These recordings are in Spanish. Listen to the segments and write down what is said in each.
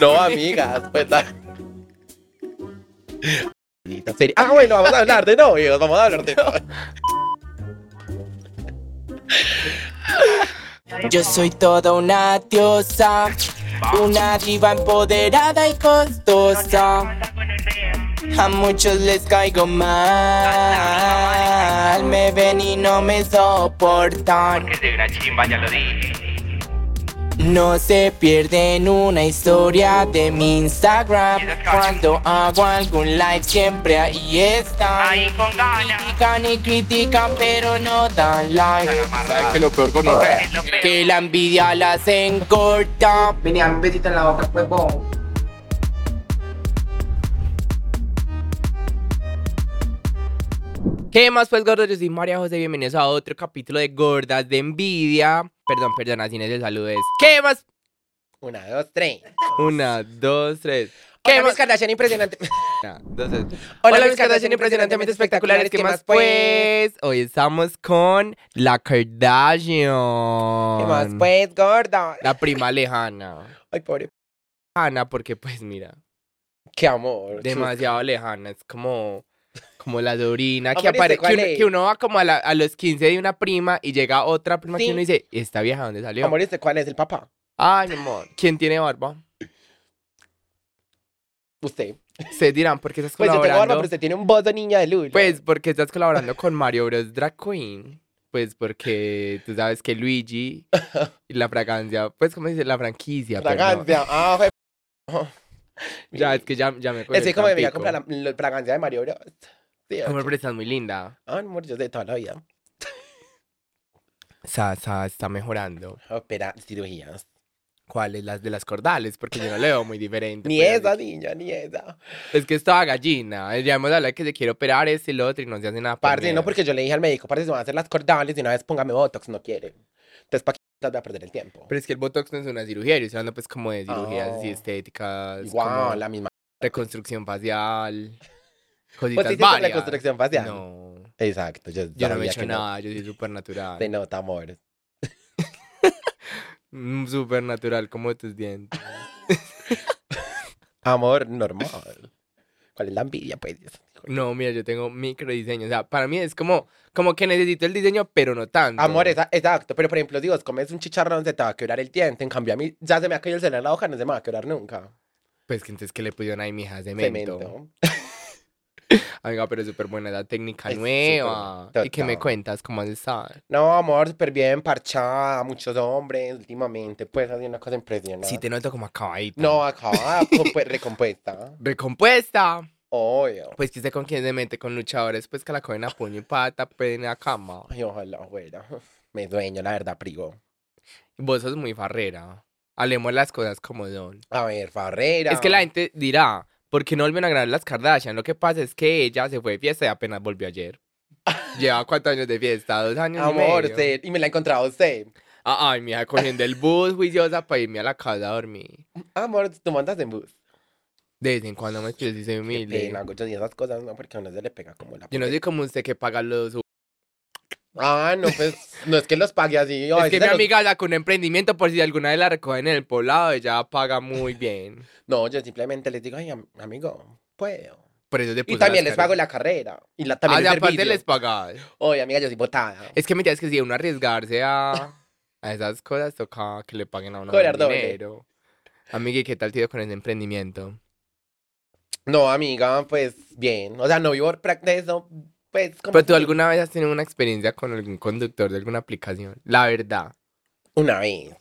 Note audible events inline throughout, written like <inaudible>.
No, amigas, pues. da- Maldita serie. Ah, bueno, vamos a hablar de novios, vamos a hablar de novios. Yo soy toda una diosa, una diva empoderada y costosa. A muchos les caigo mal, me ven y no me soportan. Es de una chimba, ya lo dije. No se pierden una historia de mi Instagram. Cuando hago algún live siempre ahí están. Ahí con ganas. Critican y critican pero no dan like. ¿Sabes que lo peor con nosotros? Es lo peor. Que la envidia las encorta. Vení, a mi besito en la boca, pues, huevón. ¿Qué más pues gordos? Yo soy María José, bienvenidos a otro capítulo de Gordas de Envidia. Perdón, perdón, así no es el saludo es. ¿Qué más? Una, dos, tres. Una, dos, tres. ¿Qué ¿Qué Hola, mis más? Kardashian <laughs> impresionante. Una, dos, tres. Hola, mis Kardashian impresionantemente espectaculares. ¿Qué más pues? Hoy estamos con la Kardashian. ¿Qué más pues, gorda? La prima lejana. Ay, pobre. Ana, porque pues mira, Qué amor. demasiado lejana. Es como, como la sobrina que Amor, ¿y aparece. usted cuál Que, uno- es? que uno va como a, la- a los 15 de una prima y llega otra prima Sí. que uno dice, ¿esta vieja dónde salió? Amor, ¿y usted cuál es el papá? Ay, mi amor. ¿Quién tiene barba? Usted. Ustedes dirán, ¿por qué estás Pues yo tengo barba, colaborando? pero usted tiene un voz de niña de luz. Pues, ¿por qué estás colaborando con Mario Bros. Drag Queen? Pues porque tú sabes que Luigi y la fragancia, pues, ¿cómo se dice? La franquicia. perdón. fragancia. Ah, fue- Ya, es que ya, ya me cogió Es que el como me voy a trampico. comprar la, la fragancia de Mario Bros. Sí, Amor, pero estás muy linda. Ah, amor, yo de toda la vida. Sa, sa, está mejorando. Opera, cirugías. ¿Cuáles? Las de las cordales, porque yo no le veo muy <laughs> diferente. Ni pues, esa, niña, ni esa. Es que estaba gallina. Ya hemos hablado que se quiere operar este y lo otro y no se hace nada. por Parce, miedo. no, porque yo le dije al médico, parce, se van a hacer las cordales y una vez póngame Botox, no quiere. Entonces, ¿para qué voy a perder el tiempo? Pero es que el Botox no es una cirugía, yo estoy hablando pues como de cirugías así Ah. estéticas, Igual, como la misma. <laughs> reconstrucción facial, Pues cositas sí, la varias. reconstrucción facial. No, Exacto, yo, yo no me sabía he hecho que nada, yo soy súper natural. Se nota, amor. Súper natural Mm, como tus dientes. Amor, normal. ¿Cuál es la envidia, pues? No, mira, yo tengo microdiseño, o sea, para mí es como, como que necesito el diseño, pero Mm, no tanto. Amor, esa- exacto. Pero, por ejemplo, si vos comes un chicharrón, se te va a quebrar el diente. En cambio, a mí ya se me ha caído el celular en la hoja, no se me va a quebrar nunca. Pues que entonces que le pusieron ahí mijas de Cemento. cemento. Amiga, pero es súper buena la técnica Es súper nueva. ¿Y qué me total. cuentas? ¿Cómo has estado? No, amor, súper bien, parchada. Muchos hombres últimamente, pues, haciendo una cosa impresionante. Sí te noto como acabadita. No, acabada, <laughs> compu- recompuesta. Recompuesta. Obvio. Pues que usted con quién se mete, con luchadores, pues que la cogen a puño y pata, pues en la cama. Ay, ojalá, fuera. Me dueño, la verdad, prigo. Vos sos muy farrera. Hablemos las cosas como son. A ver, Farrera. Es que la gente dirá, ¿por qué no vuelven a grabar las Kardashian? Lo que pasa es que ella se fue de fiesta y apenas volvió <laughs> ayer. Lleva cuántos años de fiesta, dos años Amor, y medio. usted- y me la ha encontrado usted. Ah, ay, mi hija cogiendo el bus juiciosa para irme a la casa a dormir. Amor, tú mandas en bus. De vez en cuando me estoy diciendo Qué humilde. pena, yo digo esas cosas, no, porque a uno se le pega como la... Yo no puta. soy como usted que paga los... Ah, no, pues, no es que los pague así. a es que veces mi los- amiga saca un emprendimiento por si alguna vez la recogen en el poblado, ella paga muy bien. No, yo simplemente les digo, ay, am- amigo, puedo. Por eso te Y puse también las les pago caras. la carrera. Y la, también Ah, el ya, aparte servicio. les pagas. Oye, amiga, yo soy botada. Es que me es que si uno arriesgarse a, <laughs> a esas cosas, toca que le paguen a uno Cobrar el doble. dinero. Amigui, ¿qué tal te ha ido con ese emprendimiento? No, amiga, pues, bien. O sea, no vivo pra- de eso, pues... como ¿Pero tú si- alguna vez has tenido una experiencia con algún conductor de alguna aplicación? La verdad, Una vez.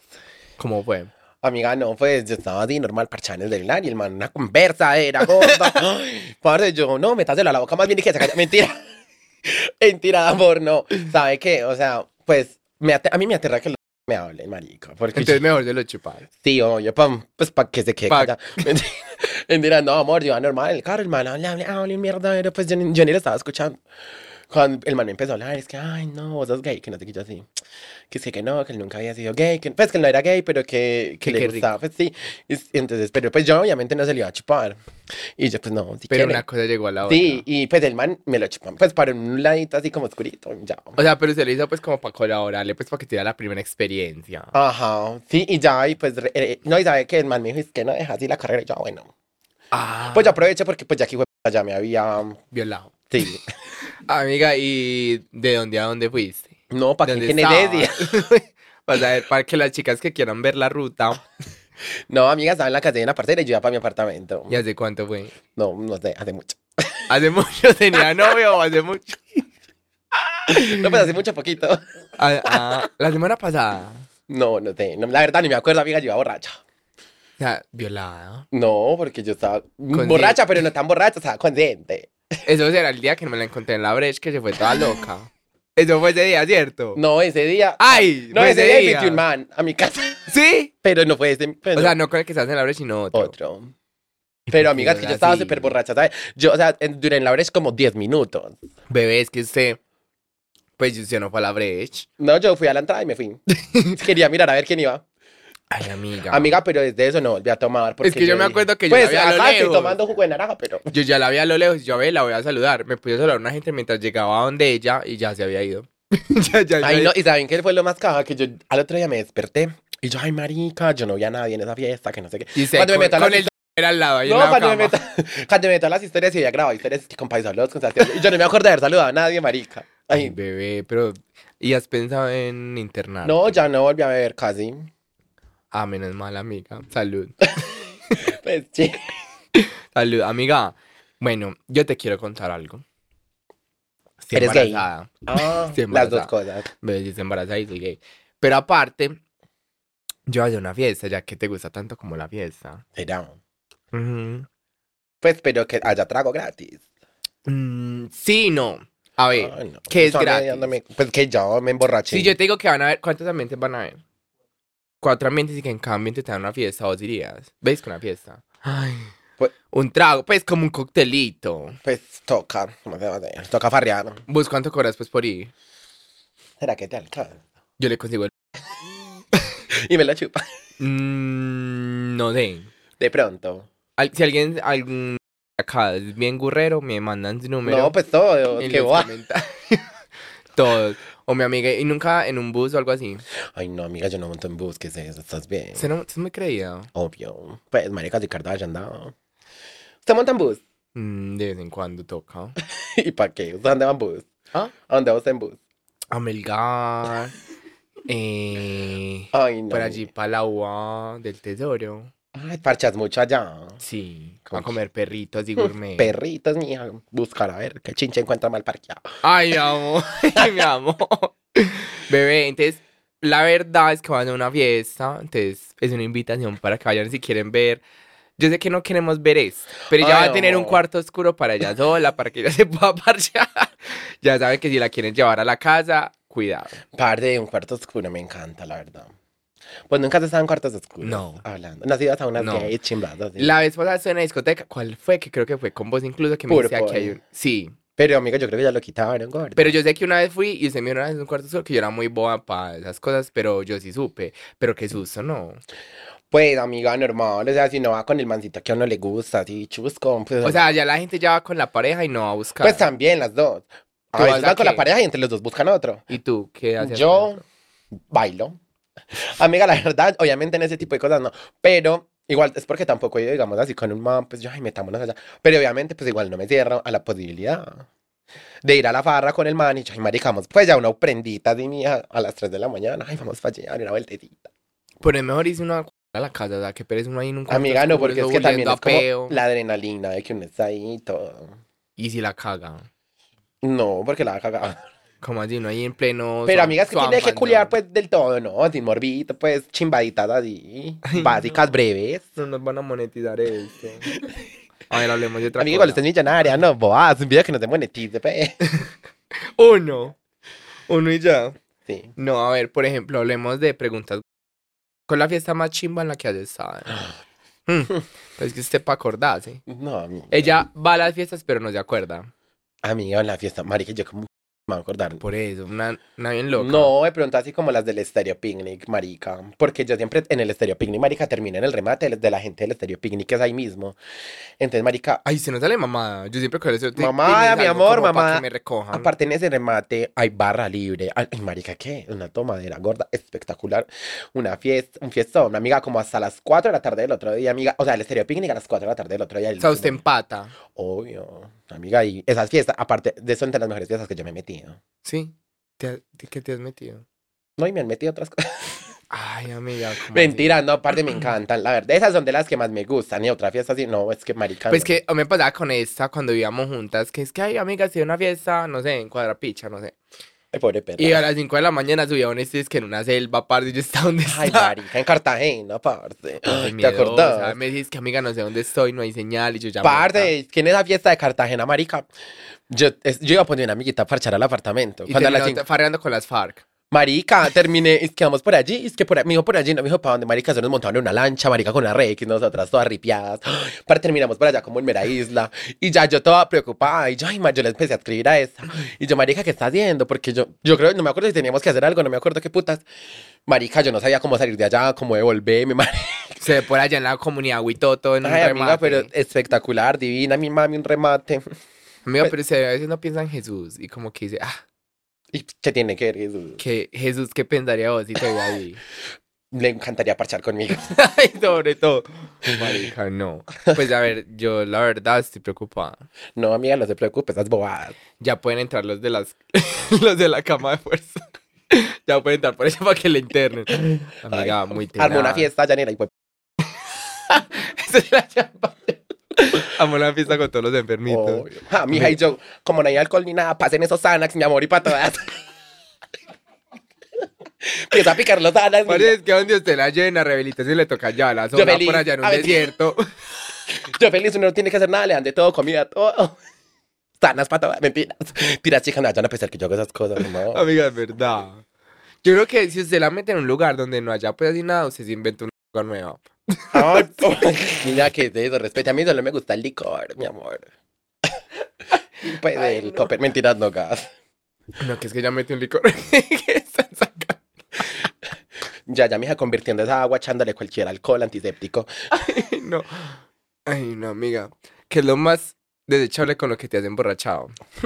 ¿cómo fue? Amiga, no, pues yo estaba así normal parchada en el celular y el man una conversa era <laughs> gorda. Ay, Parce, yo no, metaselo a la boca más bien y que se calle. Mentira. <laughs> Mentira, amor, no. ¿Sabe qué? O sea, pues me ate- a mí me aterra que lo- me hable, marica. Porque Entonces mejor de lo chupar. sí, oye, pam, pues para que se quede Pa- callado. Mentira. <laughs> Mentira, no, amor, yo iba normal en el carro, el man habla, habla, habla, mierda, pero pues yo ni, yo ni le estaba escuchando. Cuando el man me empezó a hablar, es que, ay, no, vos sos gay, que no te quito así. Que es que, que no, que él nunca había sido gay, que pues que él no era gay, pero que, que Que le qué gustaba, pues sí. Y s- entonces, pero pues yo obviamente no se le iba a chupar. Y yo, pues no, si quiere. Pero una cosa llegó a la otra. Sí, y pues el man me lo chupan, pues para un ladito así como oscurito, ya. O sea, pero se lo hizo pues como para colaborarle, pues para que tuviera la primera experiencia. Ajá, sí, y ya, y pues, re- eh, no, y sabe que el man me dijo, es que no deja así la carrera, y yo, bueno. Ah, Pues yo aproveché porque pues ya que hijo de puta, ya me había, violado. <laughs> sí. Amiga, ¿y de dónde a dónde fuiste? No, para ¿Dónde que necesidad. estabas? <laughs> Vas a ver, para que las chicas que quieran ver la ruta, <laughs> No, amiga, estaba en la casa de una partera y yo iba para mi apartamento. ¿y hace cuánto fue? No, no sé, hace mucho. ¿Hace mucho tenía novio o hace mucho? No, pues hace mucho poquito. Ah, ah, la semana pasada. No, no sé. no, la verdad, ni me acuerdo, amiga, yo iba borracha. O sea, violada. No, porque yo estaba Consciente. borracha, pero no tan borracha, estaba consciente. Eso será el día que me la encontré en la brecha, que se fue toda loca. Eso fue ese día, ¿cierto? No, ese día. ¡Ay! No, fue ese día invité un man a mi casa. <laughs> ¿Sí? Pero no fue ese. O pero- sea, no con el que estás en la brecha, sino otro. Otro. Pero, amiga, es que yo estaba así? súper borracha, ¿sabes? Yo, o sea, en- duré en la brecha como 10 minutos. Bebé, es que usted... Pues usted no fue a la brecha. No, yo fui a la entrada y me <laughs> fui. Quería mirar a ver quién iba. Ay, amiga. Amiga, pero desde eso no volví a tomar. Porque que yo me acuerdo que yo pues, la vi a lo acá estoy lejos. tomando jugo de naranja, pero. Yo ya la vi a lo lejos, yo a ver, la voy a saludar. Me puse a saludar a una gente mientras llegaba a donde ella y ya se había ido. <laughs> ya, ya, ya. Ay, no, y saben qué fue lo más caja que yo al otro día me desperté y yo, ay, marica, yo no vi a nadie en esa fiesta, que no sé qué. Y se, cuando me con, meto a la con el era al lado, ahí No, en la cuando me, cama. meto, <laughs> cuando me meto a las historias y había grabado historias con Paisos Lost, con Sebastián, y yo no me acuerdo de haber saludado a nadie, marica. Ay, Ay, bebé, pero... ¿Y has pensado en internar? no, ya no volví a beber casi. Ah, menos mal, amiga. Salud. Pues sí. Salud, amiga. Bueno, yo te quiero contar algo. Estoy ¿Eres gay? embarazada. <laughs> Ah, Sí, embarazada. las dos cosas. Me dice embarazada y soy gay. Pero aparte, yo voy a una fiesta, ya que te gusta tanto como la fiesta. Será. Ujú. Pues, pero que haya trago gratis. Mm, sí, no. A ver, Ay, no. ¿qué es Yo andaba gratis? dándome- Pues que yo me emborraché. si yo te digo que van a ver, ¿cuántos ambientes van a ver? Cuatro ambientes y que en cada ambiente te dan una fiesta, vos dirías. ¿Veis que una fiesta? Ay. Pues- un trago, pues como un coctelito. Pues toca, no sé, no sé, toca farrear. ¿Vos cuánto cobras pues por ir? ¿Será que te alcanza? Yo le consigo el... Y me la chupa. Mm, no sé. De pronto. Al- si alguien, algún acá es bien gurrero, me mandan su número. No, pues todo, en que los va. comentarios. <laughs> Todos. O mi amiga, y nunca en un bus o algo así. Ay, no, amiga, yo no monto en bus, ¿qué es eso? ¿Estás bien? Usted no, usted no me creía. Obvio. Pues, marica, de Kardashian, no. ¿Usted monta en bus? <laughs> Mm, de vez en cuando toca. ¿Y para qué? ¿Usted anda en bus? ¿Ah? ¿A dónde vas en bus? <laughs> A Melgar. eh, Ay, no. por allí, para la UA del Tesoro. Ay, parchas mucho allá. Sí. ¿Cómo A comer perritos y <laughs> gourmet. Perritos, mija. Buscar a ver qué chinche encuentra mal parqueado. Ay, mi amor. <laughs> Ay, mi amor. Bebé, entonces, la verdad es que van a una fiesta. Entonces, es una invitación para que vayan si quieren ver. Yo sé que no queremos ver esto, pero ella Ay, va a tener un amor. cuarto oscuro para ella sola, para que ella <laughs> se pueda parchar. ya saben que si la quieren llevar a la casa, cuidado. Par de un cuarto oscuro, me encanta, la verdad. Pues nunca has estado en cuartos oscuros. No. Hablando. No has ido a unas No. gays chimbadas. así. La vez pasada estuve en una discoteca, ¿cuál fue? Que creo que fue con vos incluso, que me Purple. decía que hay un... Sí, Pero, amiga, yo creo que ya lo quitaron, gordo. Pero yo sé que una vez fui y usted me dio una vez en un cuarto oscuro que yo era muy boba para esas cosas, pero yo sí supe. Pero qué susto, ¿no? Pues, amiga, normal. O sea, si no va con el mancito que a uno le gusta, así, chusco. Pues, O sea, ya la gente ya va con la pareja y no va a buscar. pues también las dos. A ¿Tú veces vas a van con la qué? pareja y entre los dos buscan otro. ¿Y tú qué haces? Yo bailo. Amiga, la verdad, obviamente en ese tipo de cosas no. Pero igual es porque tampoco yo, digamos, así con un man, pues yo, ay, metámonos allá. Pero obviamente, pues igual no me cierro a la posibilidad de ir a la farra con el man y yo, ay, maricamos, pues ya una prendita de mi a las 3 de la mañana. Ay, vamos para allá, una vueltecita. Por el mejor hice una cu- a la casa, o sea, que pereza uno ahí en un cuarto Amiga, no, oscuro, porque es eso que también oliendo a es como peo. la adrenalina de que uno está ahí y todo. Y si la caga. No, porque la va a cagar. Como así, uno ahí en pleno. Pero swan- amigas que swan tiene que fandom. culiar pues del todo, ¿no? Sin morbito, pues chimbaditas así, básicas, breves. No nos van a monetizar esto. A ver, hablemos de otra Amiga, igual cosa. usted es millonaria, no, boas, un video que no te monetice, pe. Uno. Uno y ya. <laughs> Sí. No, a ver, por ejemplo, hablemos de preguntas. ¿Cuál es la fiesta más chimba en la que <gasps> has estado? Mm, pues que usted para acordarse. No, amiga. Ella va a las fiestas, pero no se acuerda. Amiga, en la fiesta, marica, yo como me va a acordar. Por eso, una, una bien loca. No, de pronto así como las del Stereo Picnic, marica. Porque yo siempre en el Stereo Picnic, marica, terminé en el remate de la gente del Stereo Picnic, que es ahí mismo. Entonces, marica, Ay, se nos sale mamada. Yo siempre con eso. te- Mamada, tienes mi algo amor, como pa' mamada. que me recojan. Aparte en ese remate hay barra libre. Ay, ay, marica, ¿qué? Una tomadera gorda espectacular. Una fiesta, un fiestón, una amiga, como hasta las 4 de la tarde del otro día, amiga. O sea, el estéreo picnic a las 4 de la tarde del otro día. el o sea, usted último- empata. Obvio, amiga, y esas fiestas, aparte de eso, entre las mejores fiestas que yo me he metido. Sí. ¿Te, ha- te- ¿Qué te has metido? No, y me han metido otras cosas. Ay, amiga. ¿cómo así? Mentira, no, aparte me encantan. La verdad, esas son de las que más me gustan. Y otra fiesta así, no, es que marica. Pues no. que me pasaba con esta cuando vivíamos juntas, que es que, ay, amiga, si una fiesta, no sé, en Cuadrapicha, no sé. Ay, pobre perra. Y a las 5 de la mañana subía un este que en una selva, parce, y yo estaba donde Ay, estaba. marica, en Cartagena, aparte. Ay, ¿Te miedosa, acordás? Me dices que, amiga, no sé dónde estoy, no hay señal, y yo ya. muerta. Parte, es que en esa fiesta de Cartagena, marica, yo, es- yo iba a poner una amiguita a parchar al apartamento. Y Cuando a las terminó cinco- farreando con las FARC. marica, terminé, es que vamos por allí, es que por, ahí- me dijo por allí, no me dijo para dónde, marica, se nos montaron en una lancha, marica, con una rex, nosotras todas ripiadas, <gasps> para terminamos por allá como en mera isla, y ya yo toda preocupada, y yo, ay, ma, yo le empecé a escribir a esa, y yo, marica, ¿qué está haciendo? Porque yo, yo creo, no me acuerdo si teníamos que hacer algo, no me acuerdo qué putas, marica, yo no sabía cómo salir de allá, cómo devolverme, <laughs> marica. Se ve por allá en la comunidad Huitoto, en un Ay, amiga, remate. pero espectacular, divina, mi mami, un remate. <laughs> Amiga, pero se ve, a veces no piensa en Jesús, y como que dice, ah, ¿Y qué tiene que ver Jesús? que Jesús, ¿qué pensaría vos si te veía ahí? <laughs> Le encantaría parchar conmigo. Ay, sobre todo. Marica, no. Pues a ver, yo la verdad estoy preocupada. No, amiga, no te preocupes, estás bobada. Ya pueden entrar los de las <laughs> los de la cama de fuerza. <laughs> ya pueden entrar por eso para que le internen. Amiga, muy tenaz. Armó una <laughs> fiesta, Janela, y pues. Esa es la chamba. Armó una fiesta con todos los enfermitos. obvio. Ah, mija, y yo, como no hay alcohol ni nada, pasen esos Xanax, mi amor, y para todas. <laughs> Empieza a picar los Xanax. Parece mija. es que donde usted la llena, rehabilitación le toca ya, la zona feliz. por allá en un A ver. <laughs> desierto. Yo feliz, uno no tiene que hacer nada, le dan de todo, comida, todo. <laughs> Xanax para todas, mentiras. Tiras, chicas, no van a pensar que yo hago esas cosas, no. <laughs> Amiga, es verdad. Yo creo que si usted la mete en un lugar donde no haya pues así nada, usted se inventa un lugar nuevo. <laughs> Ah, Ay, po- mira, que de eso, respete. A mí solo me gusta el licor, mi amor. <laughs> Y, Pues el copper, mentiras, no gas. No, que es que ya mete un licor. <laughs> que está sacando. Ya, ya, mija, convirtiendo esa agua, echándole cualquier alcohol antiséptico. Ay, no. Ay, no, amiga. Que es lo más desechable con lo que te has emborrachado. <laughs>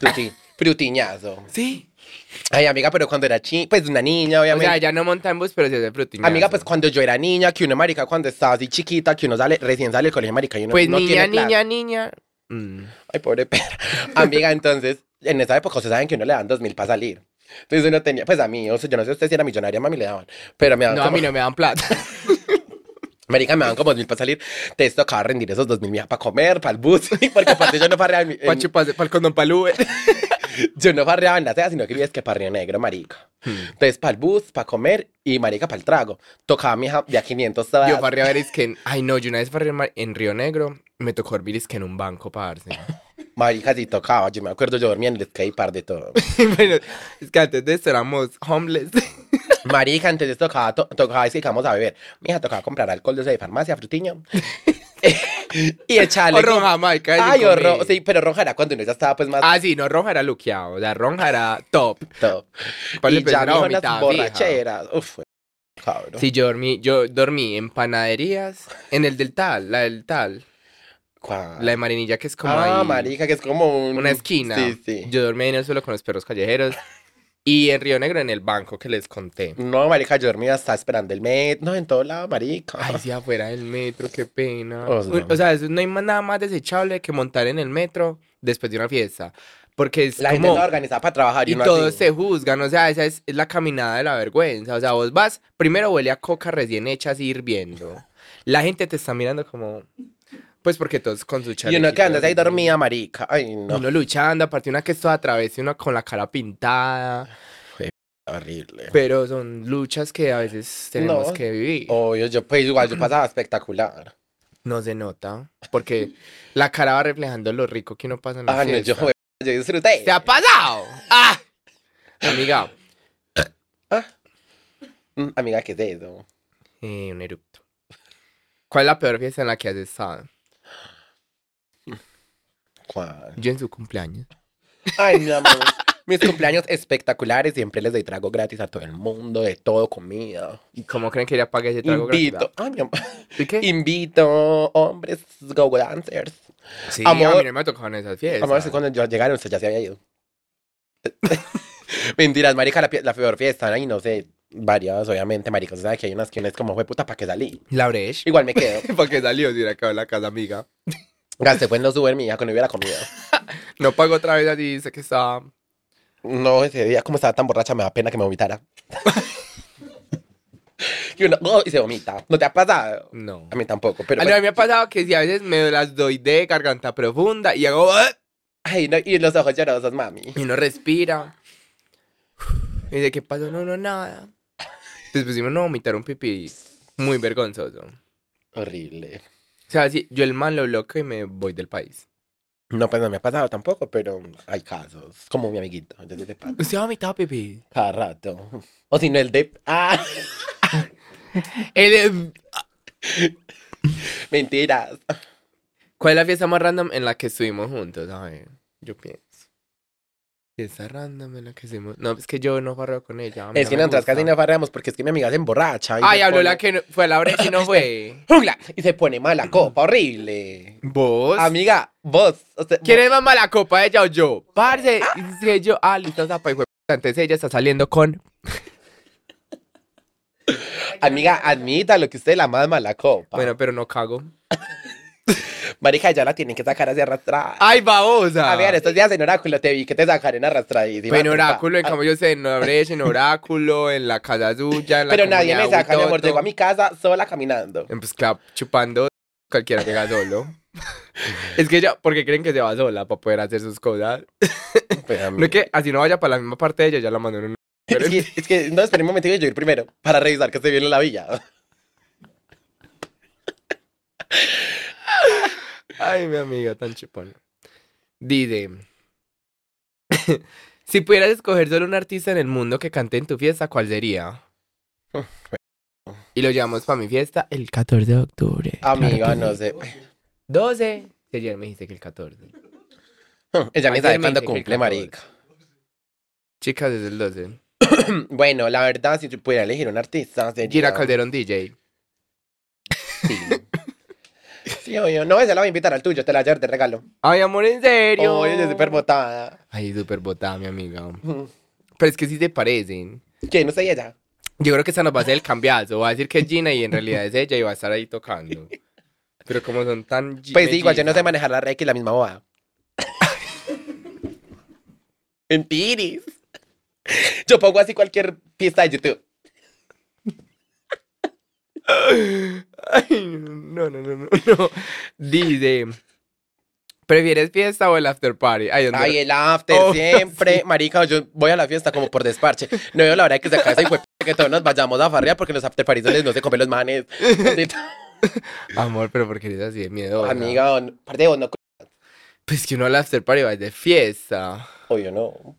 Fruti- frutiñazo. Sí. Ay, amiga, pero cuando era chi, pues una niña, O obviamente. sea, ya no monta en bus, pero se hace frutiñazo. Amiga, pues cuando yo era niña, que uno, marica, cuando estaba así chiquita, que uno sale, recién sale del colegio, marica, y uno Pues no niña, tiene plata. niña, niña. Mm. Ay, pobre <laughs> perra. Amiga, entonces, en esa época ustedes saben que uno le dan dos mil para salir. Entonces uno tenía, pues a mí, o sea, yo no sé usted si era millonaria, mami le daban, pero me daban No, a como- mí no me dan <laughs> plata. Marica, me daban como dos mil para salir. Te tocaba rendir esos dos mil mía para comer, para el bus, <laughs> porque aparte yo no farreaba en, Para chuparse, para el condón, para el <laughs> Uber. yo no farreaba en la seda, sino que vivías que para Río Negro, marica. Hmm. Entonces, para el bus, para comer y marica, para el trago. Tocaba mi hija de a 500 todas. Yo farré a ver, es que. en- Ay, no, yo una vez farré en Mar- en Río Negro. Me tocó hervir, es que en un banco, parce. Marica, sí tocaba. Yo me acuerdo, yo dormía en el skate par de <laughs> todo. <laughs> bueno, es que antes de eso éramos <laughs> homeless. Marica, entonces tocaba, to- tocaba, es que íbamos a beber. Mija, tocaba comprar alcohol de esa de farmacia, frutiño. <laughs> y echarle. o como- roja, Maica. Ay, o ro- horror. Sí, pero roja era cuando uno ya estaba pues más Ah, sí, no, roja era luqueado. La roja era top. todo. Para Y ya empezar a no vomitar, las fija. borracheras. Uf, fue- cabrón. Sí, yo dormí, yo dormí en panaderías, en el del tal, la del tal, ¿Cuál? la de Marinilla que es como Ah, ahí, marica, que es como un- una esquina. Sí, sí. Yo dormí en el suelo con los perros callejeros y en Río Negro en el banco que les conté. No, marica, yo dormía, estaba esperando el metro. No, en todo lado, marica. Ay, si afuera del metro, qué pena. O O sea. sea, eso- no hay más- nada más desechable que montar en el metro después de una fiesta, porque es La gente como no organizada para trabajar y, y uno todos así. se juzgan, o sea, esa es, es la caminada de la vergüenza. O sea, vos vas, primero huele a coca recién hecha así hirviendo. La gente te está mirando como, pues porque todos con su Y chalequito. uno quedándose ahí así. dormida, marica. Ay, Y no. Uno luchando, aparte una que es toda travesa y una con la cara pintada. Horrible. Pero son luchas que a veces tenemos No. que vivir. Obvio, yo pues igual <clears throat> yo pasaba espectacular. No se nota, porque la cara va reflejando lo rico que uno pasa en la Ah, no, yo, fiesta. yo disfruté. ¿Te ha pasado? ¡Ah! Amiga, Mm, Amiga, ¿qué es eso? eh, un erupto. ¿Cuál es la peor fiesta en la que has estado? ¿Cuál? Yo en su cumpleaños. Ay, mi <laughs> amor. Mis cumpleaños espectaculares, siempre les doy trago gratis a todo el mundo, de todo, comida. ¿Y cómo creen que ella pague ese trago gratis? Invito, ay, mi amor. ¿Y qué? <laughs> Invito hombres go dancers. Sí, Amor- a mí no me ha tocado en esas fiestas. Vamos a ver si cuando yo llegaron, usted ya se había ido. <laughs> Mentiras, marica, la, pie- la peor fiesta, ahí no sé, variadas, obviamente, marica, usted sabe que hay unas que uno es como, fue puta, ¿para qué salí? La Bresh. Igual me quedo. <laughs> ¿Para qué salió si era acá en la casa, amiga? Gasté fue en los Uber, mi hija, que no hubiera comido. No pago otra vez allí, dice que está... No, ese día, como estaba tan borracha, me da pena que me vomitara. <laughs> y uno, oh, y se vomita. ¿No te ha pasado? No. A mí tampoco, pero... A mí pues- me ha pasado que si a veces me las doy de garganta profunda y hago... "Ah", pues, Ay, no, y los ojos llorosos, mami. Y no respira. Y dice, ¿qué pasó? No, no, nada. Entonces pusimos no vomitar un pipí muy vergonzoso. O Horrible. sea, si yo el man lo bloqueo y me voy del país. No, pues no me ha pasado tampoco, pero hay casos. Como mi amiguito, entonces te pasa. ¿Usted ha vomitado pipí? Cada rato. O si no, el de... Ah, El- eh, mentiras. ¿Cuál es la fiesta más random en la que estuvimos juntos? A ver, yo pienso. Fiesta random en la que estuvimos... No, es que yo no farreo con ella. a mí es que me nosotras gusta. casi no farreamos porque es que mi amiga se emborracha. y Ay, se habló pone- la que no- fue a la brecha y no fue. ¡Jungla! Y se pone mala copa, horrible. ¿Vos? Amiga, vos. o sea, ¿Quién es más mala copa, ella o yo? Parce, dice yo, ah, listo, zapa, hijo de puta, Entonces ella está saliendo con... Amiga, admita lo que usted es la más mala copa. Bueno, pero no cago. Marica, ya la tienen que sacar así arrastrada. ¡Ay, babosa! A ver, estos días en Oráculo te vi que te sacaron arrastradísima. Pero en Oráculo, en Ah, cambio yo sé, en la brecha, en Oráculo, en la casa suya, en la Pero nadie me comunidad saca, mi amor. Butoto. Llego a mi casa sola <laughs> caminando. Eh, Pues claro, chupando cualquiera llega solo. es que ella, porque creen que se va sola para poder hacer sus cosas. No es que así no vaya para la misma parte de ella, ya la mandó en un... es, que, es que, no, espera un momento, yo voy a ir primero para revisar que esté bien en la <laughs> villa. Ay, mi amiga, tan chupona. Dice, <laughs> si pudieras escoger solo un artista en el mundo que cante en tu fiesta, ¿cuál sería? Y lo llevamos para mi fiesta el 14 de octubre. Amiga, Claro que no sí. sé. 12. Si ayer me dijiste que el 14. Ella ni Ayer sabe me cuándo dije que el cumple, 14. marica. Chicas, es el 12. Bueno, la verdad, si yo pudiera elegir un artista, sería... Gira Calderón DJ. Sí. Sí, obvio. No, esa la voy a invitar al tuyo, te la llevo de regalo. Ay, amor, en serio. Oye, ella es súper botada. Ay, súper botada, mi amiga. Pero es que sí se parecen. ¿Quién? No sé ella. Yo creo que esa nos va a hacer el cambiazo. Va a decir que es Gina y en realidad es ella y va a estar ahí tocando. Pero como son tan. <laughs> Pues sí, igual yo no sé mellizas. manejar la red que la misma boda. <laughs> Mentiris. Yo pongo así cualquier fiesta de YouTube. <laughs> Ay, no, no, no, no, no. Dice, ¿prefieres fiesta o el after party? Ay, ¿dónde- Ay, eh. el after Oh, <laughs> siempre. Marica, yo voy a la fiesta como por desparche. No veo la hora de que se acabe esa hijueputa que todos nos vayamos a farrear porque en los after parties no se comen los <laughs> manes. Amor, pero porque eres así de miedo. Amiga, no- parte de vos no Pues que uno al after party va de fiesta. Obvio, no.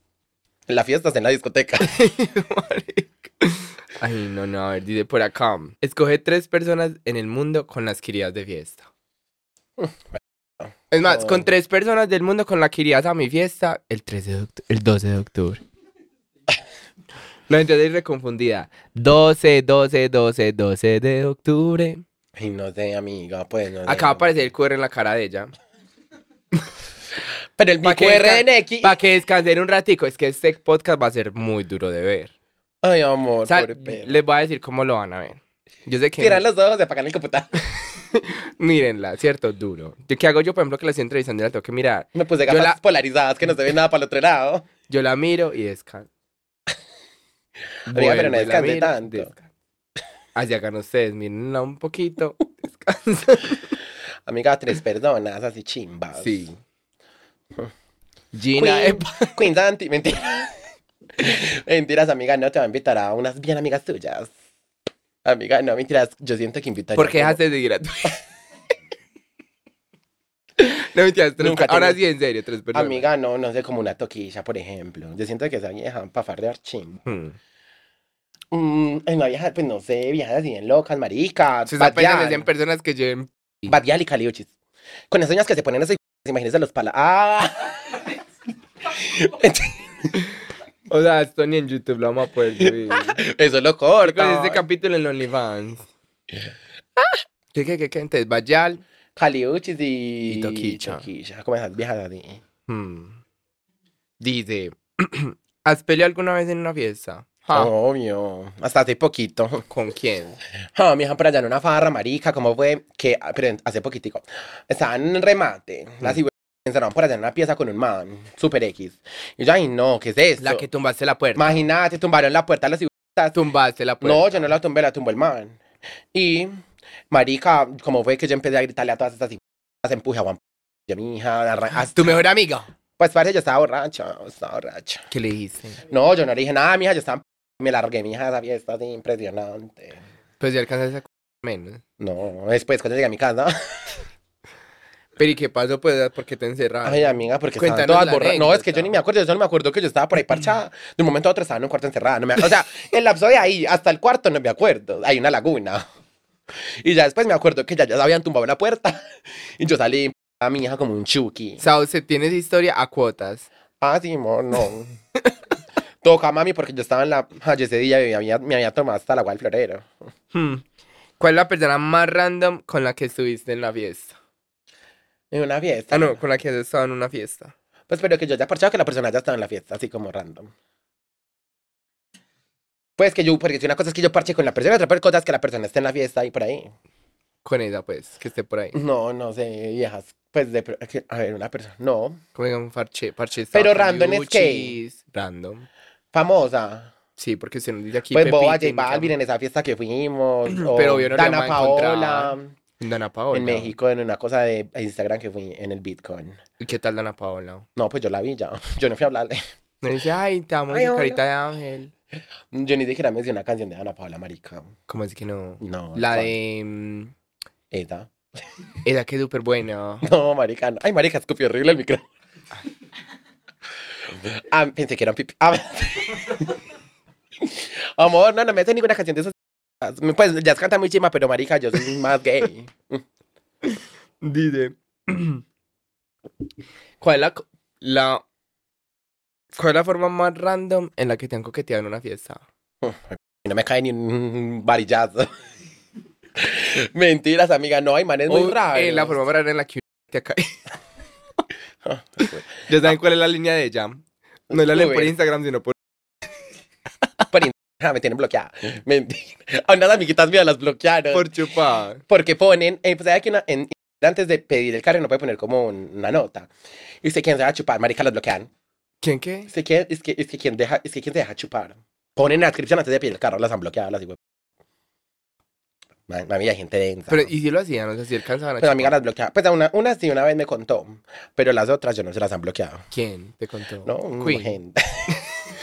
La fiesta es en la discoteca. <laughs> Ay, no, no, a ver, dice por acá. Escoge tres personas en el mundo con las que irías de fiesta. Es más, Oh. con tres personas del mundo con las que irías a mi fiesta el, 13 de octu- el 12 de octubre. <laughs> No, entonces reconfundida. 12, 12, 12, 12 de octubre. Ay, no sé, amiga, pues no sé. Acaba de aparecer el QR en la cara de ella. Pero el Pa' que BQRNX. Para que descansen un ratico. Es que este podcast va a ser muy duro de ver. Ay, amor, O sea, pobre perro. les voy a decir cómo lo van a ver. Yo sé que... Tiran los ojos, se apagan el computador. <laughs> Mírenla, ¿cierto? Duro. Yo, ¿Qué hago yo, por ejemplo, que la estoy entrevistando y la tengo que mirar? Me puse Yo gafas la- polarizadas que no se ve nada para el otro lado. Yo la miro <laughs> y descanso. Amiga, pero no Vuelvo y la descanse miro, tanto. descanso. Así hagan ustedes, mírenla un <laughs> poquito. Descansa. Amiga, tres personas, así chimbas. Sí. Queen, Gina, eh, epa, <laughs> Queen Santi, mentira. <laughs> Mentiras, amiga, no te va a invitar a unas bien amigas tuyas. Amiga, no, mentiras, yo siento que invitaría. ¿por qué como- dejaste de ir a tu... <laughs> No, mentiras, tres- Nunca ahora tengo- sí, en serio, tres personas. Amiga, no, no sé, como una toquilla, por ejemplo. Yo siento que esa vieja para farrear chimba. Hmm. Mm, en una vieja, pues no sé, viejas así bien locas, maricas. Se está pensando Badial, en personas que lleven... Badial y Caliuchis. Con esas uñas que se ponen así, imagínense los palas. ¡Ah! O sea, esto ni en YouTube lo vamos a poder subir. <laughs> <laughs> Eso lo Con corta. este capítulo en OnlyFans. ¿Qué, qué, qué, qué? Entonces, Bayal. Caliuchis y... Y Toquicha. Como esas viejas así. hmm, Dice, <clears throat> ¿has peleado alguna vez en una fiesta? Ah. Ja, Obvio. Hasta hace poquito. <laughs> ¿Con quién? Ah, mi hija por allá en una farra, marica, ¿cómo fue? Que, ah, pero en- hace poquitico, estaban en remate, las mm. encerraron por allá en una pieza con un man, super X. Y yo, ay, no, ¿qué es esto? La que tumbaste la puerta. Imagínate, tumbaron la puerta las hijueputas. Tumbaste la puerta. No, yo no la tumbé, la tumbó el man. Y, marica, ¿cómo fue que yo empecé a gritarle a todas estas hijueputas? Empuje a Juan, a mi hija, arra- as- ¿Tu mejor amiga? pues parece, yo estaba borracha, estaba borracha. ¿Qué le dijiste? No, yo no le dije nada, mija, yo estaba, me largué, mija, de esa fiesta, así, impresionante. Pues ya alcanzaste a c- menos. No, después cuando llegué a mi casa... Pero ¿y qué pasó? Pues, ¿por qué te encerraron? Ay, amiga, porque estaban Cuéntanos todas la borra- No, es que yo anécdota. ni me acuerdo, yo solo me acuerdo que yo estaba por <clears throat> ahí parchada. De un momento a otro estaba en un cuarto encerrada. no me- O sea, el lapso de ahí hasta el cuarto no me acuerdo. Hay una laguna. Y ya después me acuerdo que ya, ya habían tumbado la puerta. Y yo salí a mi hija como un chuki. Sauce, tienes historia a cuotas. Ah, sí, mo, no. <laughs> Toca mami porque yo estaba en la. Ah, Yo ese día me había, me había tomado hasta la agua del florero. Hmm. ¿Cuál es la persona más random con la que estuviste en la fiesta? En una fiesta. Ah, no, con la que has estado en una fiesta. Pues pero que yo ya parchado que la persona ya estaba en la fiesta, así como random. Pues que yo, porque una cosa es que yo parche con la persona, otra cosa es que la persona esté en la fiesta y por ahí. Con ella, pues, que esté por ahí. No, no sé, viejas. Pues de, pro- que- a ver, una persona, no, Como digan, parche, parche. Pero estaba con random es que- Yuchis, Random. famosa. Sí, porque se nos dice aquí. pues Boba, Pepita J y mucha- Balvin en esa fiesta que <clears throat> fuimos, o Pero obvio no la Dana vamos a encontrar Oh, Paola Dana Paola. en México en una cosa de Instagram que fui en el Bitcoin. ¿Y qué tal Dana Paola? No, pues yo la vi ya, <laughs> yo no fui a hablarle. Me dice, ay, te amo, Ay, mi hola. carita de ángel. Yo ni siquiera mencioné una canción de Dana Paola, marica. ¿Cómo es que no? No. La ¿cuál? de. mm, Esa. Ella que es súper <laughs> buena. No, marica, no. Ay, marica, escupió horrible el <laughs> micrófono. Ah, pensé que era un pipí. Ah, Amor, no, no me hace ninguna canción de esas. Pues ya canta muy chima, pero marica, yo soy más gay. Dice. <clears throat> ¿Cuál es la, co- la. ¿Cuál es la forma más random en la que te han coqueteado en una fiesta? Y no me cae ni un varillazo. <laughs> Mentiras, amiga, no, hay manes muy O, raros. eh, la forma más rara en la que te cae. <laughs> ya saben cuál es la línea de ella. No la leen por Uber. Instagram, sino por. <laughs> Ah, me tienen bloqueada. Mentira. A unas amiguitas mías las bloquearon. Por chupar. Porque ponen, eh, pues hay que una, en- antes de pedir el carro no puede poner como un- una nota. Y usted quién se va a chupar, marica, los bloquean. ¿Quién qué? Es que, quien- es que, es que quien deja, es que quien se deja chupar. Ponen la descripción antes de pedir el carro, las han bloqueado, las digo. Mami, hay gente densa. Pero, Pero, ¿y si lo hacían? O sea, si alcanzaban a pero amiga chupar. las bloquea. Pues a una, una sí, una vez me contó, pero las otras yo no se las han bloqueado. ¿Quién te contó? No, mm, Queen. gente.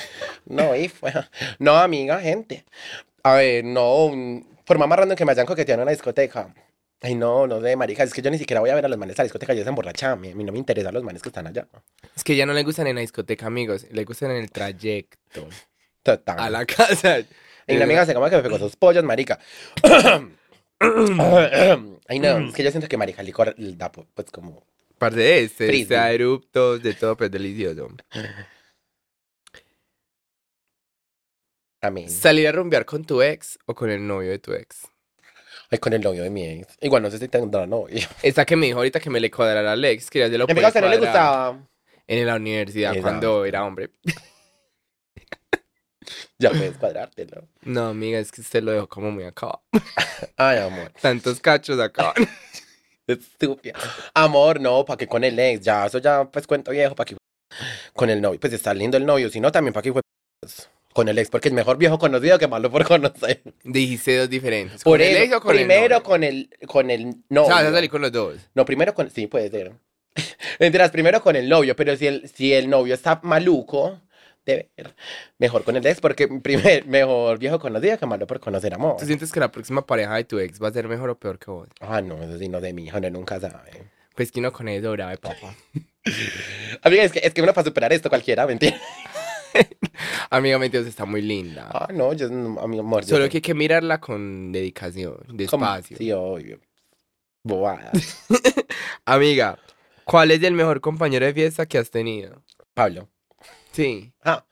<laughs> no, y fue- No, amiga, gente. A ver, no. mm, Por más random que me hayan coqueteado en una discoteca. Ay, no, no sé, marica. Es que yo ni siquiera voy a ver a los manes a la discoteca. Yo se emborracha. A mí, a mí no me interesan los manes que están allá. Es que ya no le gustan en la discoteca, amigos. Le gustan en el trayecto. Total. A la casa. <laughs> Y una amiga se como que me pegó esos pollos, <coughs> marica. Ay, no, es que yo siento que marica, el licor el da, pu- pues, como... Parte de este, Frisbee. sea eruptos, de todo, pero es delicioso. Amén. ¿Salir a rumbear con tu ex o con el novio de tu ex? Ay, con el novio de mi ex. Igual no sé si tendrá novio. Esa que me dijo ahorita que me le cuadrara al ex, que ya se lo En <laughs> mi podía casa no le cuadrar gustaba. En la universidad, Exacto. cuando era hombre. Ya puedes cuadrártelo. No, amiga, es que usted lo dejó como muy acabado. Ay, amor. Tantos cachos <laughs> acaban. Estúpida. Amor, no, ¿para qué con el ex? Ya, eso ya, pues, cuento viejo, ¿para qué? Con el novio, pues, está lindo el novio. Si no, también, ¿para qué? hue- Con el ex, porque es mejor viejo conocido que malo por conocer. Dijiste dos diferentes. Por ¿Con el eso, ex o con el primero novio? con el con el O novio. sea, vas a salir con los dos. No, primero con. Sí, puede ser. <laughs> Entras primero con el novio, pero si el, si el novio está maluco, de ver, mejor con el ex, porque <laughs> primer, mejor viejo conocido que malo por conocer amor. ¿Tú sientes que la próxima pareja de tu ex va a ser mejor o peor que vos? Ah, no, eso sí, no de mi hijo, no, nunca sabe. Pues que no con eso, bravo, papá. Amiga, es que, es que uno para superar esto cualquiera, mentira. Amiga, mentiras, está muy linda. Ah, no, yo, no, a mi amor. yo Solo soy que hay que mirarla con dedicación, como- despacio. Sí, obvio. Bobada. Amiga, ¿cuál es el mejor compañero de fiesta que has tenido? Pablo. Sí. Ah,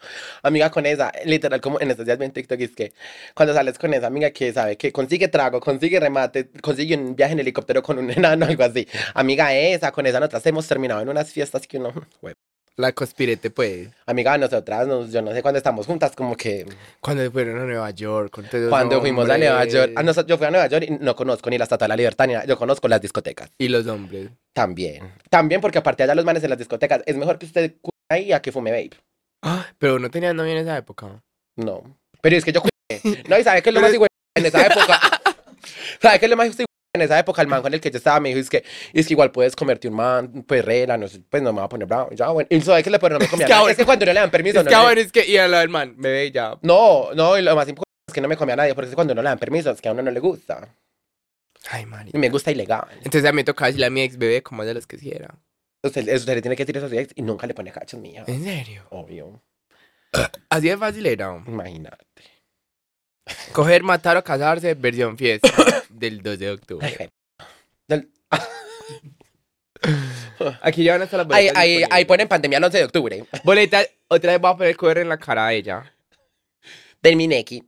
amiga con esa, literal, como en estos días vi en TikTok, es que cuando sales con esa amiga que sabe que consigue trago, consigue remate, consigue un viaje en helicóptero con un <laughs> enano, algo así. Amiga esa, con esa nosotras hemos terminado en unas fiestas que uno, <laughs> güey, La conspirete, pues. amiga, nosotras, nos- yo no sé cuándo estamos juntas, como que Cuando fueron a Nueva York. con todos los cuando fuimos a Nueva York, hombres ah, noso- yo fui a Nueva York y no conozco ni la Estatua de la Libertad, ni nada, yo conozco las discotecas. Y los hombres. También, también porque aparte allá los manes en las discotecas, es mejor que usted cu- ahí a que fume vape. Ah, pero no tenían novia en esa época. No. Pero es que yo culié. No, y sabes que es lo más igual en esa época. <laughs> ¿Sabes qué es lo más igual en esa época? El man con el que yo estaba me dijo, es que, es que igual puedes comerte un man, pues rela, no, sé, pues no me va a poner bravo. Ya, bueno. Y sabes que le <laughs> pero no me comía que nada. ahora- Es que cuando no le dan permiso, Es no. que le- ahora es que. Y a la del man, bebé, ya. No, no, y lo más importante es que no me comía nadie, porque es que cuando no le dan permiso, es que a uno no le gusta. Ay, Mari. Y me gusta ilegal. Entonces a mí me tocaba decirle a mi ex bebé como ella los quisiera. Entonces, eso se le tiene que decir a esos ex y nunca le pone cachos, mía. ¿En serio? Obvio. Así de fácil era. Imagínate. Coger, matar o casarse, versión <coughs> fiesta del 2 de octubre. Del- Aquí ya van a estar las Ahí, boletas. ahí, ahí disponibles. ponen pandemia el 11 de octubre. Boletas, otra vez voy a poner el QR en la cara de ella. Terminé aquí.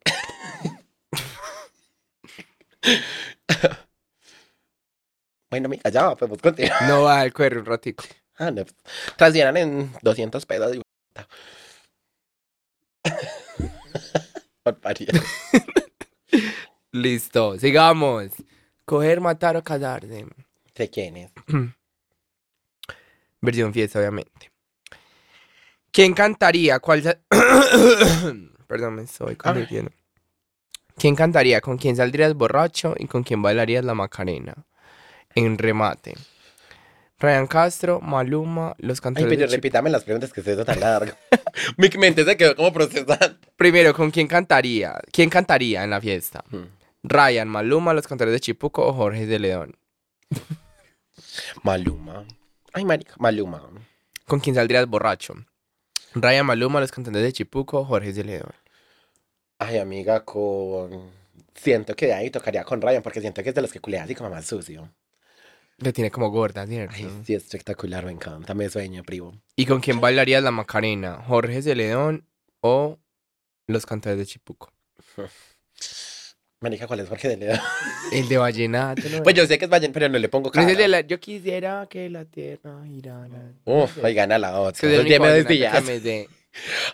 bueno, mira, ya podemos continuar. No va el QR un ratico. Ah, no. Transieran en 200 pesos. digo, puta. Barbaridad. Listo, sigamos. Coger, matar o casarse. ¿De quién es? Versión fiesta, obviamente. ¿Quién cantaría? ¿Cuál sa- <coughs> Perdón, me estoy convirtiendo. ¿Quién cantaría? ¿Con quién saldrías borracho? ¿Y con quién bailarías la Macarena? En remate. Ryan Castro, Maluma, los Ay, cantores. pero de Chi- pues, repítame las preguntas que se hizo tan largo. Mi mente se quedó como procesando. Primero, ¿con quién cantaría? ¿Quién cantaría en la fiesta? Hmm. Ryan, Maluma, los cantores de Chipuco o Jorge de León. Maluma. Ay, marica, Maluma. ¿Con quién saldrías borracho? Ryan, Maluma, los cantores de Chipuco o Jorge de León. Ay, amiga, con... Siento que de ahí tocaría con Ryan, porque siento que es de los que culea así como más sucio. Le tiene como gorda, ¿cierto? Ay, sí, espectacular, me encanta, me sueño, primo. ¿Y con quién bailarías la Macarena? ¿Jorge Celedón o los cantores de Chipuco? Marica, ¿cuál es Jorge de <laughs> León? El de Vallenato. ¿no? Pues yo sé que es Vallen, pero no le pongo No cara. es el de la- yo quisiera que la tierra girara. <laughs> Uf, oigan a la Es otra. que es el Los diez único medios vallenato que días. me sé.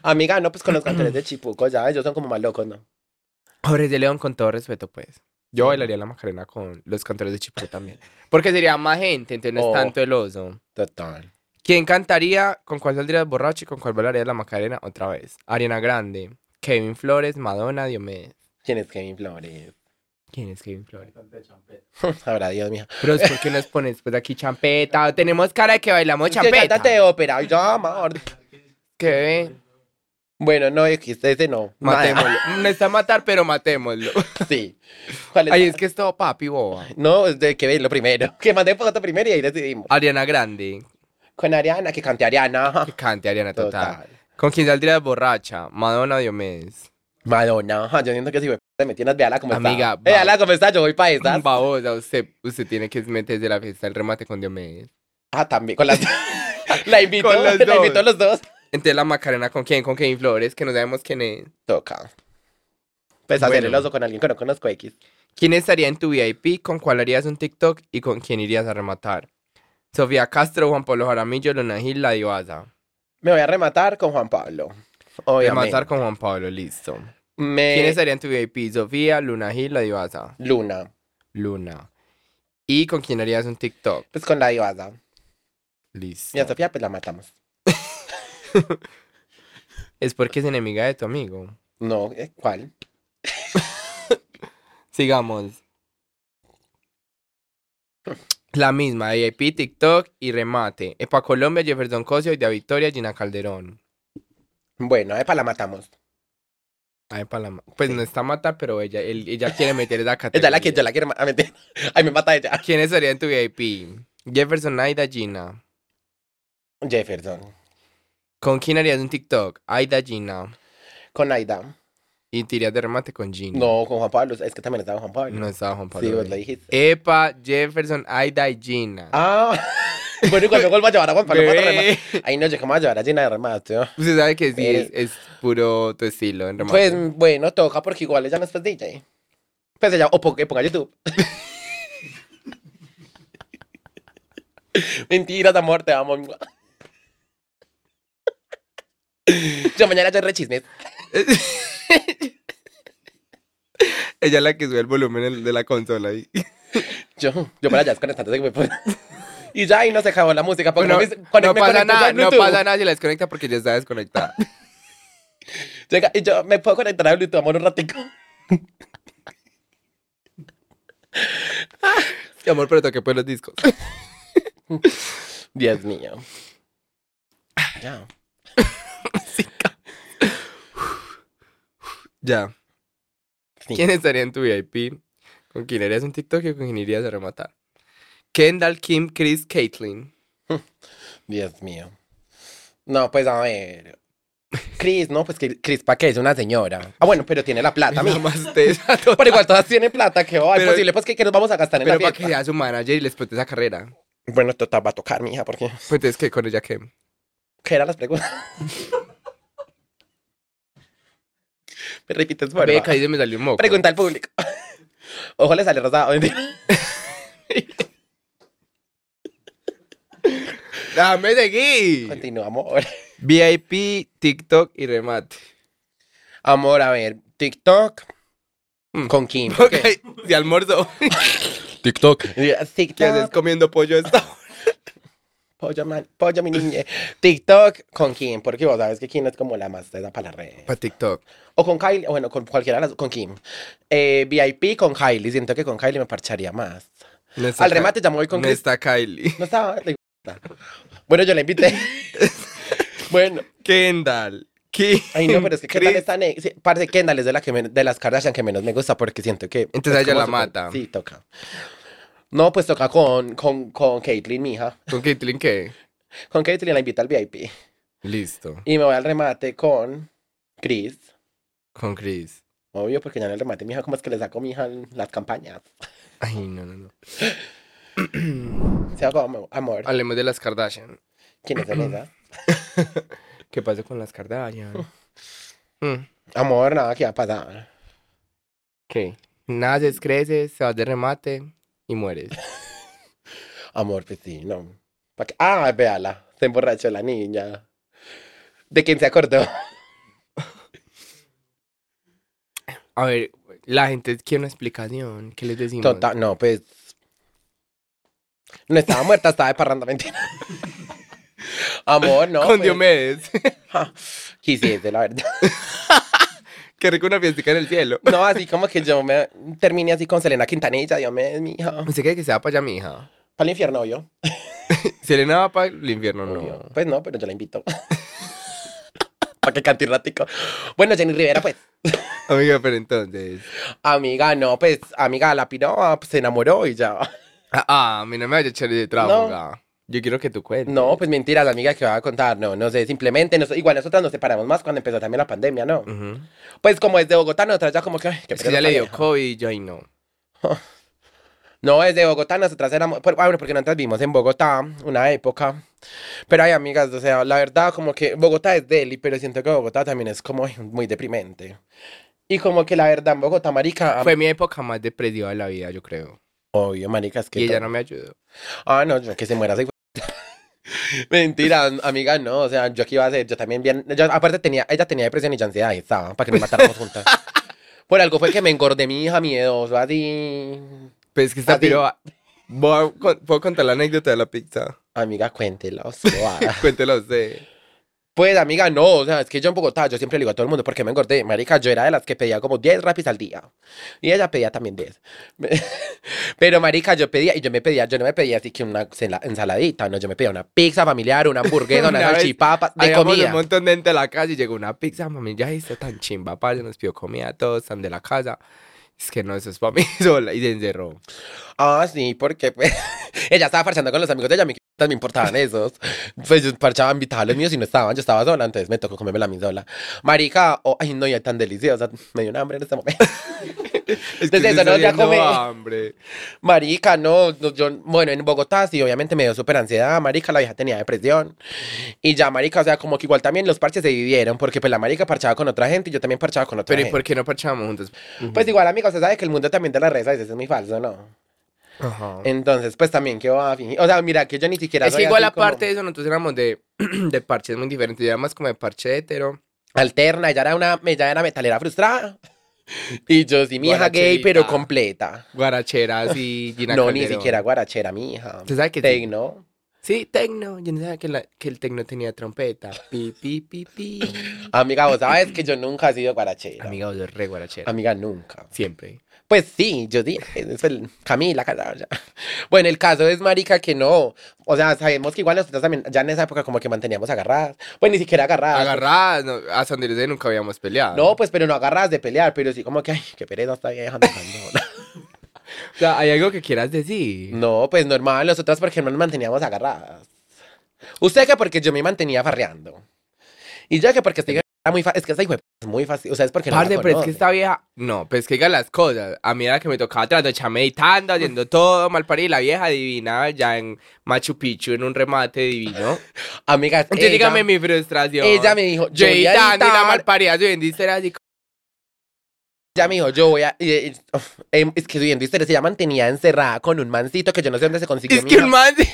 Amiga, no, pues con los cantores <clears throat> de Chipuco, ya, ellos son como más locos, ¿no? Jorge de León, con todo respeto, pues. Yo bailaría la Macarena con los cantores de Chipuco también. Porque sería más gente, entonces no es Oh. tanto el oso. Total. ¿Quién cantaría? ¿Con cuál saldrías borracho y con cuál bailarías la Macarena otra vez? Ariana Grande, Kevin Flores, Madonna, Diomedes. ¿Quién es Kevin Flores? ¿Quién es Kevin Flores? Ahora, Dios mío. Pero es porque nos pones pues aquí champeta. Tenemos cara de que bailamos Es que champeta. cántate ópera, ay, ya, amor. Que ve, Bueno, no, es que ese no. matémoslo. No está a matar, pero matémoslo. <laughs> Sí. ¿Cuál es? Ay, es que es todo papi boba. <laughs> No, es de que verlo primero. <laughs> Que mandé foto primero y ahí decidimos. Ariana Grande, Con Ariana, que cante Ariana. que cante Ariana total. Total. ¿Con quién saldrías borracha? Madonna Diomedes. Madonna, ajá, yo siento que si me te metieras, véala como está. Eh, Amiga, va. Véala como está, yo voy para esas. Babosa, usted, usted tiene que meterse la fiesta del remate con Diomedes. Ah, también, con las <laughs> La invito, Con los la dos. invito a los dos. Entonces la Macarena con quién, con Kevin Flores, que no sabemos quién es. Toca. Pues hacer Bueno. el oso con alguien que no conozco X. ¿Quién estaría en tu VIP? ¿Con cuál harías un TikTok? ¿Y con quién irías a rematar? Sofía Castro, Juan Pablo Jaramillo, Luna Gil, La Divaza. Me voy a rematar con Juan Pablo. Obviamente. Eh, Rematar con Juan Pablo, listo. Me... ¿Quiénes estarían en tu VIP? Sofía, Luna Gil, La Divaza. Luna. Luna. ¿Y con quién harías un TikTok? Pues con la divasa. Listo. Y a Sofía, pues la matamos. Es porque es enemiga de tu amigo. No, ¿eh? ¿cuál? Sigamos. La misma, VIP, TikTok y remate. Epa Colombia, Jefferson Cosio, Idea Victoria, Gina Calderón. Bueno, Epa, la matamos. Ay, Palama. Pues no está mata, pero ella, él- ella quiere <laughs> meter esa Esta categoría. es la que yo la quiero matar. <laughs> Ay, me mata ella. ¿Quién estaría en tu VIP? Jefferson, Aida, Gina. Jefferson. ¿Con quién harías un TikTok? Aida, Gina. Con Mm. Aida. Y tirías de remate con Gina. No, con Juan Pablo. Es que también estaba Juan Pablo. No estaba Juan eh. sí, pues Pablo. vos ahí. lo dijiste. Epa, Jefferson, Aida y Gina. Ah. <laughs> Bueno, y cuando vuelva a llevar a Juan Pablo para Bebé. remate. Ay, no, yo cómo voy a llevar a Gina de remate. ¿no? <laughs> Usted sabe que sí, Eh. es, es puro tu estilo en remate. Pues bueno, toca porque igual ella no es pues DJ. Pues ella, o ponga, ponga <laughs> YouTube. Mentiras, amor, te amo. Yo mañana yo re chismes. Ella es la que sube el volumen en- de la consola. Y... Yo, yo para allá desconectando de que me pon- Y ya ahí no se acabó la música. Porque <laughs> no, me- cuando no me pasa conecto yo a nada, no Bluetooth, pasa nada si la desconecta porque ya <laughs> está desconectada. llega- y yo me puedo conectar a Bluetooth, amor, un ratico. Mi amor, pero toqué pues los discos. Dios mío. Ya. ya. Sí. ¿Quién estaría en tu VIP? ¿Con quién harías un TikTok y con quién irías a rematar? Kendall, Kim, Chris, Caitlyn. Dios mío. No, pues a ver. Cris, no, pues que Cris, ¿para qué? Es una señora. Ah, bueno, pero tiene la <laughs> plata, Nada mija. más <laughs> te esa to- Pero igual todas tienen plata, que va, es Pero- posible, pues que, que nos vamos a gastar en Pero la para fiesta. que sea su manager y les preste esa carrera. Bueno, esto va a tocar, mija, porque. Pues entonces, ¿qué con ella qué? ¿Qué eran las <laughs> preguntas? Me repites, por Ve, favor. que ahí se me salió un moco. Pregunta al público. <laughs> Ojo, le sale rosado. mentira. ¡Dame seguir! Continúa, amor. VIP, TikTok y remate. Amor, a ver, TikTok Mm. con Kim. <laughs> Ok, <laughs> de almuerzo. TikTok. ¿Qué haces TikTok. comiendo pollo a esta hora? Pollo, man, pollo, mi <laughs> niña. TikTok con Kim, porque vos sabes que Kim es como la más de para las redes. Para TikTok. O con Kylie, bueno, con cualquiera de las, con Kim. Eh, VIP con Kylie, siento que con Kylie me parcharía más. No está Al Ky- remate ya me voy con No Chris. está Kylie. <laughs> No estaba. le- Bueno, yo la invité. bueno, Kendall. Kim, ay no, pero es que Chris. Kendall está ne- sí, Parce, Kendall es de, la que men- de las Kardashian que menos me gusta porque siento que. Entonces es ella como la súper- mata. Sí, toca. No, pues toca con, con, con Caitlyn, mi hija. ¿Con Caitlyn qué? Con Caitlyn la invita al VIP. Listo. Y me voy al remate con Chris. Con Chris. Obvio, porque ya en el remate, mija, ¿cómo es que le saco, mija, las campañas? Ay, no, no, no. Se hago am- amor. Hablemos de las Kardashian. ¿Quiénes <clears throat> son esas? ¿Qué pasa con las <laughs> Kardashian? Mm, Amor, nada que va a pasar. ¿Qué? Naces, creces, se vas de remate y mueres. Amor, pues sí, no. Pa' que- Ah, véala. Se emborrachó la niña. ¿De quién se <laughs> acordó? A ver, la gente quiere una explicación. ¿Qué les decimos? Total, no, pues. No estaba muerta, estaba de parranda, <laughs> mentira. Amor, no. Con pues, Diomedes. <laughs> Quisiese, la verdad. <laughs> Qué rico una fiestica en el cielo. No, así como que yo me terminé así con Selena Quintanilla, Dios mío, mija. ¿Usted cree que se va para allá, mija? Para el infierno, yo. Selena va para el infierno, Obvio. no. Pues no, pero yo la invito. <laughs> Para que cante un ratico. Bueno, Jenny Rivera, pues. Amiga, pero entonces. Amiga, no, pues, amiga, la piroa pues, se enamoró y ya. <laughs> Ah, ah, a mí no me vaya a echar de trabajo. Yo quiero que tú cuentes. No, pues mentiras, amiga, que va a contar. No, no sé, simplemente, nos- igual nosotras nos separamos más cuando empezó también la pandemia, ¿no? Ujú. Pues como es de Bogotá, nosotras ya como que... ay, qué Mm. Es que pereza ya le dio pareja. COVID y yo ahí no. No, desde Bogotá nosotras éramos... por- ah, bueno, porque nosotras vivimos en Bogotá una época. Pero hay amigas, o sea, la verdad como que Bogotá es deli, pero siento que Bogotá también es como ay, muy deprimente. Y como que la verdad en Bogotá, marica... Fue mi época más depresiva de la vida, yo creo. Obvio, marica, es que... Y ella todo- no me ayudó. Ah, no, yo que se muera ese hijo- <laughs> Mentira, amiga, no, o sea, yo qué iba a hacer, yo también bien, yo, aparte tenía, ella tenía depresión y yo ansiedad, y estaba, para que nos matáramos <laughs> juntas. Por algo fue que me engordé mi hija miedoso, así. Pero Pues es que esta Así. piroba. Voy a con- ¿Puedo contar la anécdota de la pizza? Amiga, cuéntelos. <laughs> guau. Cuéntela usted. pues, amiga, no, o sea, es que yo en Bogotá, yo siempre le digo a todo el mundo, ¿por qué me engordé? Marica, yo era de las que pedía como 10 rapis al día. Y ella pedía también 10. <laughs> Pero, marica, yo pedía, y yo me pedía, yo no me pedía así que una cela- ensaladita, no, yo me pedía una pizza familiar, una <laughs> hamburguesa, una, Una vez salchipapa, de Habíamos comida. un montón de gente a la casa y llegó una pizza. Mami, ya está tan chimba, padre. Nos pidió comida a todos, están de la casa. Es que no, eso es para mí <laughs> sola. Y se encerró. Ah, sí, porque pues, <laughs> ella estaba parchando con los amigos de ella, a mí qué me importaban esos. Pues yo parchaba, invitaba a los míos y no estaban, yo estaba sola, entonces me tocó comerme la mí sola. Marica, oh, ay no, ya tan deliciosa, me dio un hambre en este momento. Es que Desde estoy eso no, ya saliendo come. hambre. Marica, no, no, yo, bueno, en Bogotá sí, obviamente me dio súper ansiedad, marica, la vieja tenía depresión. Y ya, marica, o sea, como que igual también los parches se dividieron, porque pues la marica parchaba con otra gente y yo también parchaba con otra Pero ¿y gente. por qué no parchamos juntos? Pues igual, amiga, usted sabe que el mundo también de las redes a veces es muy falso, ¿no? Ajá. Entonces, pues también, ¿qué va a fingir? O sea, mira, que yo ni siquiera Es que soy igual así como aparte de eso, nosotros éramos de, <clears throat> de parches muy diferentes. Yo era más como de parche hetero. Alterna, ella era una, ella era metalera frustrada. Y yo sí, mi hija gay, Guaracherita. pero completa. Guaracheras y Gina <laughs> no, ni Calderón. siquiera guarachera, mi hija. ¿Usted sabe que sí? Tecno. Sí, tecno. Yo no sabía que, la- que el tecno tenía trompeta. Pi, pi, pi, <laughs> pi. Amiga, vos sabes que yo nunca he sido guarachera. Amiga, Amiga, yo re guarachera. nunca. Siempre. Pues sí, yo dije, es el Camila, Casablanca. Bueno, el caso es, marica, que no. O sea, sabemos que igual nosotros también, ya en esa época como que manteníamos agarradas. Pues ni siquiera agarradas. Agarradas, no, a San Andrés nunca habíamos peleado. No, pues, pero no agarradas de pelear, pero sí como que, ay, qué pereza está vieja. <laughs> dejando. O sea, ¿hay algo que quieras decir? no, pues normal, nosotras porque no nos manteníamos agarradas. Usted que porque yo me mantenía farreando. Y ya que porque estoy era muy fa- es que esa hijo es muy fácil, o sea, es porque no la Parce, pero es conoce. que esta vieja. No, pues que diga las cosas. A mí era que me tocaba tras noche <laughs> meditando, haciendo todo mal parido. Y la vieja divina, ya en Machu Picchu, en un remate divino. Amiga, es Entonces, ella, dígame mi frustración. ella me dijo, yo Yo voy a editando y la editar, malparida subiendo historias así. ella me dijo, yo voy a, y- y- uf, em, es que subiendo historias, ella mantenía encerrada con un mancito que yo no sé dónde se consiguió, Es que mija. un man. <laughs>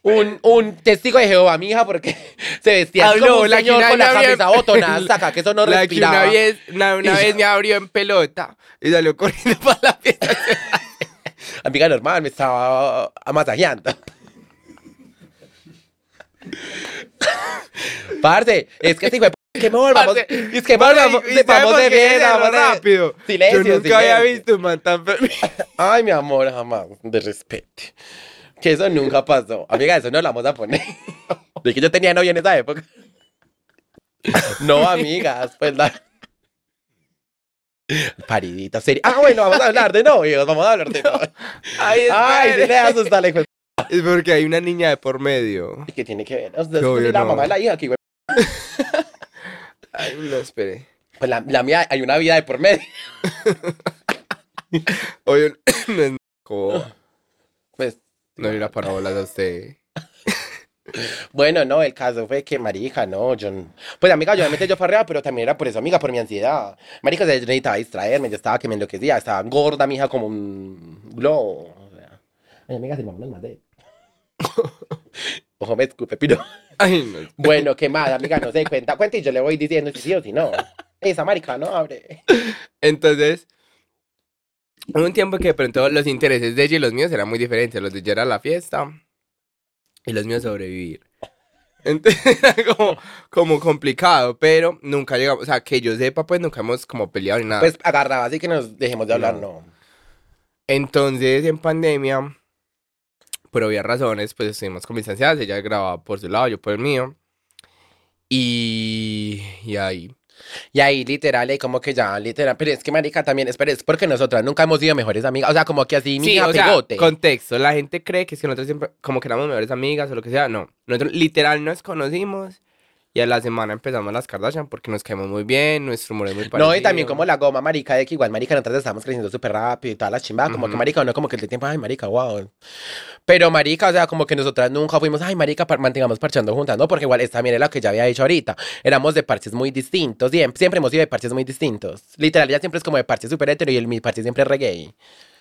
un, un testigo de Jehová, mija, porque <laughs> se vestía así Habló, como un la que señor una con la había- camisa botonada, saca, que eso no la que una respiraba. vez, una, una Y vez me abrió en pelota y salió corriendo <laughs> para la fiesta. <laughs> Amiga normal, me estaba amasajeando. <laughs> Parce, es que este hijo de p- que mejor <laughs> vamos. Parce, Es que mejor parce, vamos, y- y vamos sabe de por qué bien, era vamos de- rápido. Silencio, Yo nunca había silencio. visto un man tan per- Ay, mi amor, jamás. De respeto. Que eso nunca pasó. Amiga, eso no la vamos a <laughs> poner. De que yo tenía novia en esa época. No, amigas, pues la. Paridita, seria. Ah, bueno, vamos a hablar de novios, vamos a hablar de novios. Ay, Ay, se espere. le asusta la hijo de Es porque hay una niña de por medio. ¿Y ¿Qué tiene que ver? O sea, es No, que yo la no. mamá de la hija, que güey, Ay, no, espere. pues la, la mía hay una vida de por medio. Oye, <coughs> no es como- Oh. Pues, No hay una parábola de usted. bueno, no, el caso fue que, marica, no, yo... n- Pues, amiga, yo obviamente yo farreaba, pero también era por eso, amiga, por mi ansiedad. Marica, o sea, yo necesitaba distraerme, yo estaba que me enloquecía, estaba gorda, mija, como un globo. O sea, Ay, amiga, se me hablan más de... <laughs> Ojo, me escupe, pero... Ay, no. Bueno, ¿qué más, amiga? No se cuenta, cuenta y yo le voy diciendo si sí o si no. Esa marica, no, abre. Entonces, hubo un tiempo que de pronto los intereses de ella y los míos eran muy diferentes. Los de ella era la fiesta y los míos sobrevivir. Entonces <laughs> era como, como complicado, pero nunca llegamos, o sea, que yo sepa, pues nunca hemos como peleado ni nada. Pues, agarraba, así que nos dejemos de hablar, no. Entonces, en pandemia, por obvias razones, pues estuvimos con distanciadas. Ella grababa por su lado, yo por el mío. Y, y ahí. Y ahí literal, ahí como que ya, literal, pero es que marica también, espera, es porque nosotras nunca hemos sido mejores amigas, o sea, como que así, Sí, mija, o sea, pegote. contexto. La gente cree que es que nosotros siempre, como que éramos mejores amigas o lo que sea. No. Nosotros literal nos conocimos y a la semana empezamos las Kardashian porque nos caímos muy bien, nuestro humor es muy parecido. No, y también como la goma, marica, de que igual, marica, nosotras estamos creciendo súper rápido y todas las chimbadas, como que, Ujú. marica, uno como que el tiempo, ay, marica, wow. Pero, marica, o sea, como que nosotras nunca fuimos, ay, marica, par- mantengamos parchando juntas, ¿no? Porque igual, es también es lo que ya había dicho ahorita, éramos de parches muy distintos, siempre, siempre hemos sido de parches muy distintos. Literal, ya siempre es como de parches súper hetero y el, mi parche siempre es reggae.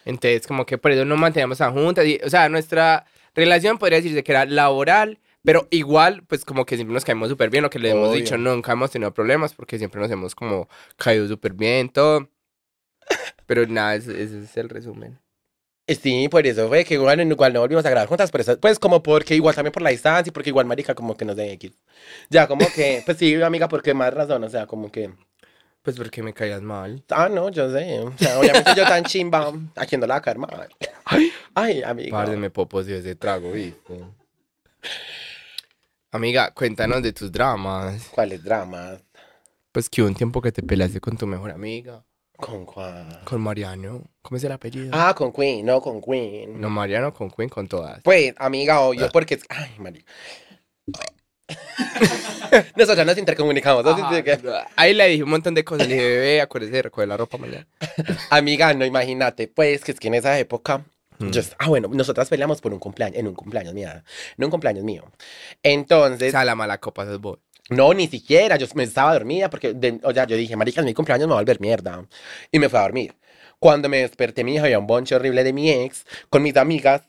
Entonces, como que por eso nos manteníamos a juntas. y- o sea, nuestra relación podría decirse que era laboral, pero igual, pues como que siempre nos caímos súper bien. Lo que le hemos Obvio. dicho, nunca hemos tenido problemas porque siempre nos hemos como caído súper bien, todo. Pero nada, ese, ese es el resumen. Eh, Sí, por eso fue que bueno, igual no volvimos a grabar juntas, pero eso, pues como porque igual también por la distancia y porque igual marica como que nos den X. Ya como que, pues sí, amiga, porque más razón, o sea, como que, Pues porque me caías mal. ah, no, yo sé, o sea, obviamente yo tan chimba, haciendo la karma. Ay, ay, amiga. Parce, me poposeó ese trago, ¿viste? Amiga, cuéntanos de tus dramas. ¿Cuáles dramas? Pues que hubo un tiempo que te peleaste con tu mejor amiga, ¿Con cuál? con Mariano. ¿Cómo es el apellido? Ah, con Queen, no, con Queen. No, Mariano, con Queen, con todas. <laughs> Pues, amiga, obvio, porque es, ay, marica. Nosotros nos intercomunicamos. así Ajá, de que- Ah, Ahí le dije un montón de cosas. Le dije, bebé, acuérdese de recoger la ropa mañana. Amiga, no imagínate, pues que es que en esa época. Mm. yo est- ah, bueno, nosotras peleamos por un cumpleaños, en un cumpleaños mío, en un cumpleaños mío. Entonces, O sea, la mala copa sos vos. no, ni siquiera, yo me estaba dormida porque, de- o sea, yo dije, marica, mi cumpleaños me va a volver mierda. Y me fui a dormir. Cuando me desperté, mi hija había un bonche horrible de mi ex con mis amigas.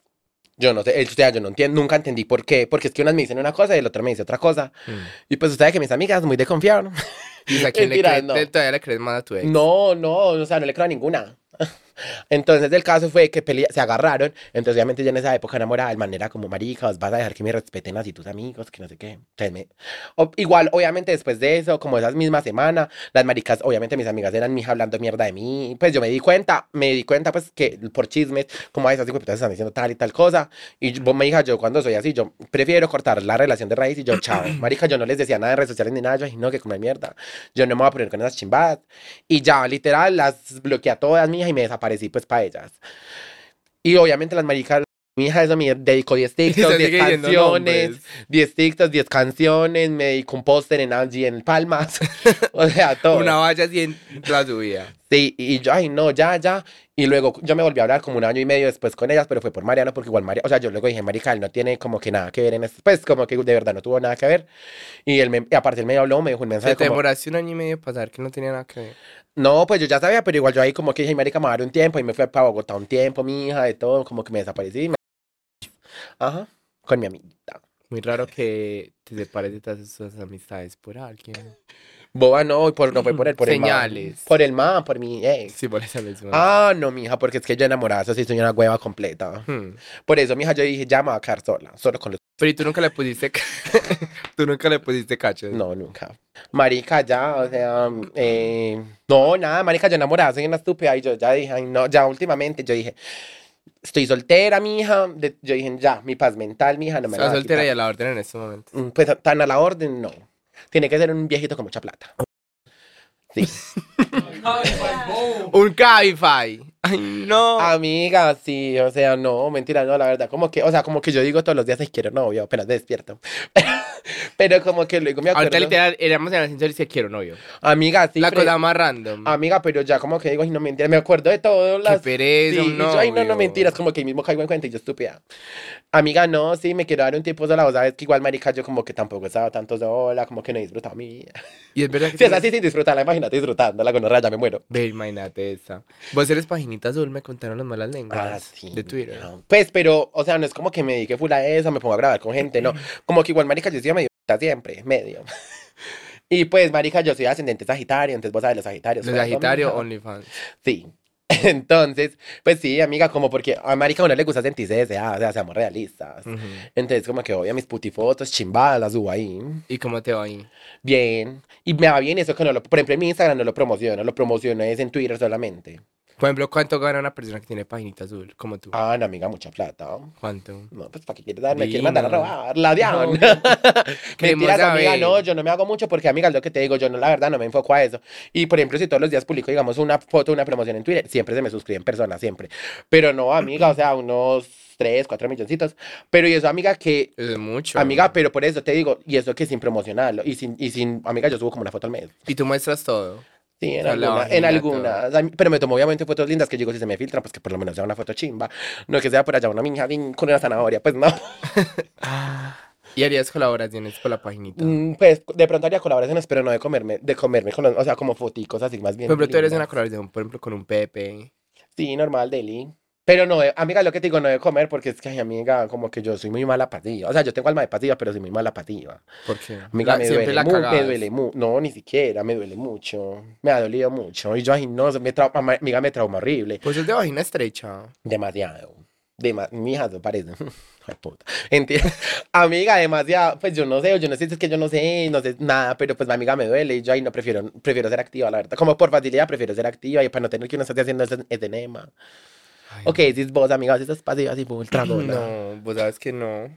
Yo no sé, eh, o sea, yo no entiendo, nunca entendí por qué, porque es que unas me dicen una cosa y el otro me dice otra cosa. Y pues usted sabe que mis amigas muy de confiar. Mm. Y a quién le Mentira, crees, no. te- todavía le crees más a tu <laughs> ex. No, no, o sea, no le creo a ninguna. <laughs> Entonces el caso fue que pelea- se agarraron, entonces obviamente yo en esa época enamorada, el man era como marica, os vas a dejar que me respeten así tus amigos, que no sé qué. Entonces, me- o- igual, obviamente después de eso, como esas mismas semanas, las maricas, obviamente mis amigas eran mija hablando mierda de mí, pues yo me di cuenta, me di cuenta pues que por chismes, como a esas hijueputas están diciendo tal y tal cosa, y yo- vos me dija, yo cuando soy así, yo prefiero cortar la relación de raíz y yo, chao, marica, yo no les decía nada en redes sociales ni nada, yo dije, no, que como mierda, yo no me voy a poner con esas chimbadas. Y ya, literal, las bloqueé a todas, mija, y me desaparecí, pues, para ellas. Y obviamente las maricas, mi hija, eso me dedicó 10 Estás TikToks, 10 diciendo canciones, nombres. 10 TikToks, 10 canciones, me dedicó un póster en Angie en Palmas, <laughs> o sea, todo. Una valla así en la subida. Sí, y yo, ay, no, ya, ya. Y luego yo me volví a hablar como un año y medio después con ellas, pero fue por Mariano, porque igual Mariano, o sea, yo luego dije, Marica, él no tiene como que nada que ver en esto, pues como que de verdad no tuvo nada que ver. Y él me, y aparte él me habló, me dejó un mensaje Se te como, demoraste un año y medio pasar que no tenía nada que ver. no, pues yo ya sabía, pero igual yo ahí como que dije, Marica, me va a dar un tiempo, y me fui para Bogotá un tiempo, mi hija, de todo, como que me desaparecí. me- Ajá, con mi amiguita. Muy raro que te separes de todas sus amistades <laughs> por alguien. Boba no, y por, no fue por él, por el Señales. man. Por el man, por mi ex. Sí, por eso mismo. Ah, no, mija, porque es que yo enamorada, eso sí soy una hueva completa. Hmm. Por eso, mija, yo dije, ya me voy a quedar sola, solo con los... Pero y tú nunca le pusiste. ca- <laughs> tú nunca le pusiste cacho. No, nunca. Marica, ya, o sea, eh, no, nada, marica, yo enamorada, soy una estúpida, y yo ya dije, ay, no, ya últimamente, yo dije, estoy soltera, mija, de- yo dije, ya, mi paz mental, mija, no me la Estás va a soltera y a quitar. la orden en <laughs> este momento. Mm, Pues tan a la orden, no. Tiene que ser un viejito con mucha plata. Sí. Un Cabify. Ay, <laughs> no. Amiga, sí, o sea, no, mentira, no, la verdad, como que, o sea, como que yo digo todos los días, ay, quiero novio, apenas despierto. <laughs> Pero como que luego me acuerdo. Ahorita literal éramos en el ascensor y se quiero novio. Amiga, sí, la pero- cosa más random. Amiga, pero ya como que digo, ay, no mentiras, me acuerdo de todas Qué las... pereza, Sí, un y yo, ay, no, no novio. mentiras, como que ahí mismo caigo en cuenta y yo estúpida. Amiga, no, sí, me quiero dar un tiempo sola, vos sabes que igual, marica, yo como que tampoco estaba tanto sola, como que no he disfrutado mi vida. Y es verdad que. Si es tienes- así sin disfrutarla, imagínate disfrutándola con ya me muero. Ve, imagínate esa. Vos eres paginita azul, me contaron las malas lenguas. Ah, sí. De Twitter. no. Pues, pero, o sea, no es como que me dedique full a eso, me pongo a grabar con gente, no. Como que igual, marica, yo soy medio siempre, medio. <laughs> Y pues, marica, yo soy ascendente sagitario, entonces vos sabes los sagitarios. De corazón, Sagitario, mija. OnlyFans. Sí. <laughs> Entonces, pues sí, amiga, como porque a marica a uno le gusta sentirse deseada, o sea, seamos realistas. Ujú. Entonces, como que voy a mis putifotos, chimbadas, las subo ahí. ¿Y cómo te va ahí? Bien. Y me va bien eso que no lo... Por ejemplo, en mi Instagram no lo promociono, lo promociono es en Twitter solamente. Por ejemplo, ¿cuánto gana una persona que tiene paginita azul? Como tú. Ah, no, amiga, mucha plata. ¿Cuánto? No, pues, ¿para qué quieres darme? ¿Quieres Divina. mandar a robar? La diablo. No, no. <laughs> Queremos <laughs> Mentiras, amiga, saber. no, yo no me hago mucho porque, amiga, es lo que te digo, yo no, la verdad, no me enfoco a eso. Y, por ejemplo, si todos los días publico, digamos, una foto, una promoción en Twitter, siempre se me suscriben personas, siempre. Pero no, amiga, o sea, unos 3, 4 milloncitos. Pero, y eso, amiga, que... Eso es mucho. Amiga, pero por eso te digo, y eso que sin promocionarlo, y sin, y sin, amiga, yo subo como una foto al mes. Y tú muestras todo. Sí, en O sea, la alguna, en vagina, alguna. O sea, Pero me tomo obviamente fotos lindas que digo, si se me filtra, pues que por lo menos sea una foto chimba. No que sea por allá una minja bien con una zanahoria, pues no. Y harías colaboraciones por la paginita. Mm, Pues de pronto haría colaboraciones, pero no de comerme, de comerme con los- o sea, como foticos así más bien. Por ejemplo, tú eres lindas. una colaboración, por ejemplo, con un Pepe. Sí, normal, Deli. Pero no, de- amiga, lo que te digo, no de comer, porque es que, ay, amiga, como que yo soy muy mala pasiva. O sea, yo tengo alma de pasiva, pero soy muy mala pasiva. Porque Amiga, me duele, mu- me cagabas. duele mu- No, ni siquiera, me duele mucho. Me ha dolido mucho. Y yo, ay, no, me trau- ama- amiga, me trauma horrible. Pues es de vagina estrecha. Demasiado. Dema- mi hija se parece. <laughs> Ay, puta. Enti- <laughs> Amiga, demasiado. Pues yo no sé, yo no sé, es que yo no sé, no sé nada, pero pues mi amiga me duele y yo ahí no prefiero, prefiero ser activa, la verdad. Como por facilidad prefiero ser activa y para no tener que uno estar haciendo ese enema. Ay, Ok, dices vos, amiga, si estás pasiva, así full tragona. No, vos sabes que no.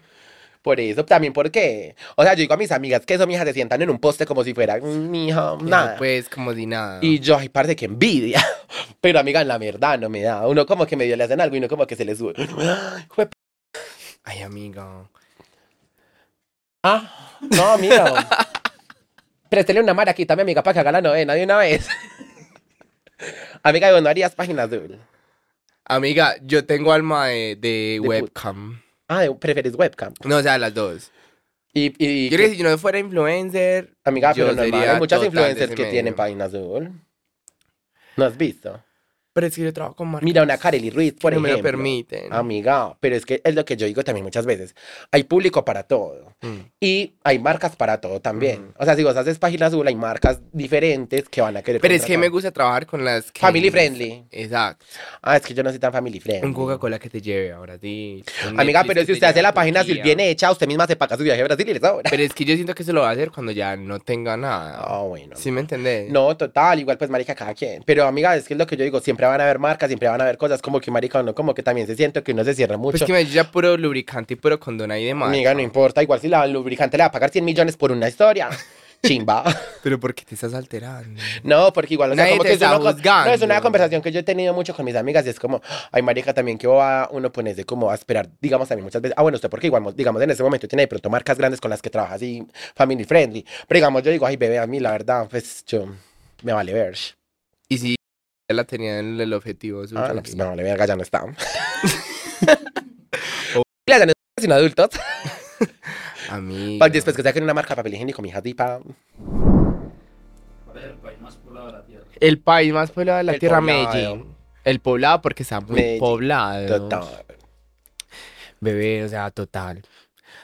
Por eso, también, ¿por qué? O sea, yo digo a mis amigas que eso, mija, se sientan en un poste como si fuera, mm, mija, Que no, nada. Pues como si nada. Y yo, ay, parce, que envidia. <laughs> Pero amiga, la verdad no me da. Uno como que medio le hacen algo y uno como que se le sube. Uno, ay, jue- Ay, amiga. Ah, no, amiga. préstele una maraquita a mi amiga para que haga la novena de una vez. <laughs> amiga, ¿de dónde harías páginas de Amiga, yo tengo alma de, de put- webcam. Ah, de- ¿preferís webcam? No, o sea, las dos. Y, y Yo creo que si no fuera influencer, amiga, yo pero normal, sería hay muchas total influencers de ese que medio. tienen páginas de ¿No has visto? pero es que yo trabajo con marcas. Mira, una Kareli Ruiz, por no me ejemplo. Ah, lo permiten. Amiga, pero es que es lo que yo digo también muchas veces. Hay público para todo. Mm. Y hay marcas para todo también. O sea, si vos haces página azul, hay marcas diferentes que van a querer. Pero es que me contratar. gusta trabajar con las que... Family friendly. Exacto. Ah, es que yo no soy tan family friendly. Un Coca-Cola que te lleve ahora sí. Un Amiga, Netflix pero que si te usted hace lleve a la página azul Turquía. bien hecha, usted misma se paga su viaje a Brasil y les ahora. Pero es que yo siento que se lo va a hacer cuando ya no tenga nada. Ah, bueno. ¿Sí me entendés? No, total, igual pues marica cada quien. Pero amiga, es que es lo que yo digo, siempre van a haber marcas, siempre van a haber cosas como que marica uno como que también se siente que uno se cierra mucho. Pues que me yo ya puro lubricante y puro condón ahí de más. amiga, no importa, igual si la lubricante le va a pagar 100 millones por una <laughs> historia. Chimba. Pero porque te estás alterando. No, porque igual, o sea, Nadie como te que es está una, co- juzgando. no, es una conversación que yo he tenido mucho con mis amigas y es como, ay, marica, también que va uno ponerse como a esperar, digamos también muchas veces, ah, bueno, usted porque igual, digamos, en ese momento tiene de pronto marcas grandes con las que trabaja así, family friendly, pero digamos, yo digo, ay, bebé, a mí la verdad, pues yo, me vale ver, Y si ya la tenía en el objetivo suyo, ah, no, pues me vale verga, ya no <laughs> está. O- Claro, ya no está, sino adultos. a mí. Pa- Pues Después que saquen una marca de papel higiénico, mi hija, tipa. El país más poblado de la El tierra, poblado. Medellín. El poblado porque está muy Medellín. poblado. Total. Bebé, o sea, total. O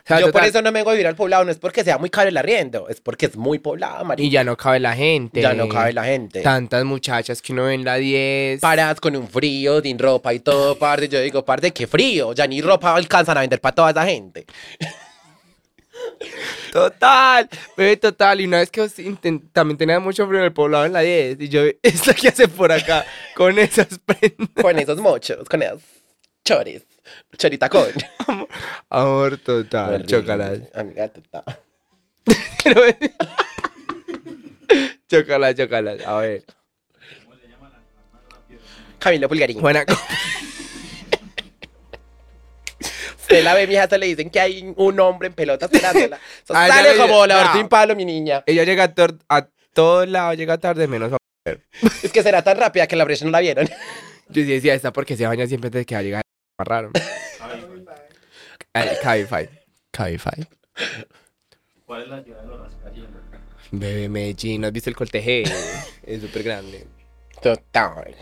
sea, Yo por total. eso no me voy a vivir al poblado, no es porque sea muy caro el arriendo, es porque es muy poblado, Y marica. ya no cabe la gente. Ya no cabe la gente. Tantas muchachas que uno ve en la 10. Paras Pues con un frío, sin ropa y todo, parte. Yo digo, parte, qué frío. Ya ni ropa alcanzan a vender para toda esa gente. Total. Bebé, total. Y una vez que os inten- también tenía mucho frío en el poblado en la 10. Y yo, <laughs> ¿esto qué hace <laughs> por acá? Con esas prendas. Con esos mochos, con esos chores. Chorita <laughs> con. Amor, total. Chócalas. <laughs> Amiga, total. Pero es- chócalas, chócalas. A ver. Camilo Pulgarín. Juana, Usted la ve, mi hija, hasta le dicen que hay un hombre en pelota. <laughs> Sale Ah, ya sale lo- como volador ya. sin palo, mi niña. <laughs> ella llega a, tor- a todos lados, llega tarde, menos a... Es que será tan rápida que la brecha no la vieron. <laughs> Yo sí decía, esta porque se baña siempre antes que va a llegar más raro. Ay, Cabify. Cabify. Bebé Medellín, ¿no has visto el colteje? <laughs> es súper grande. Total.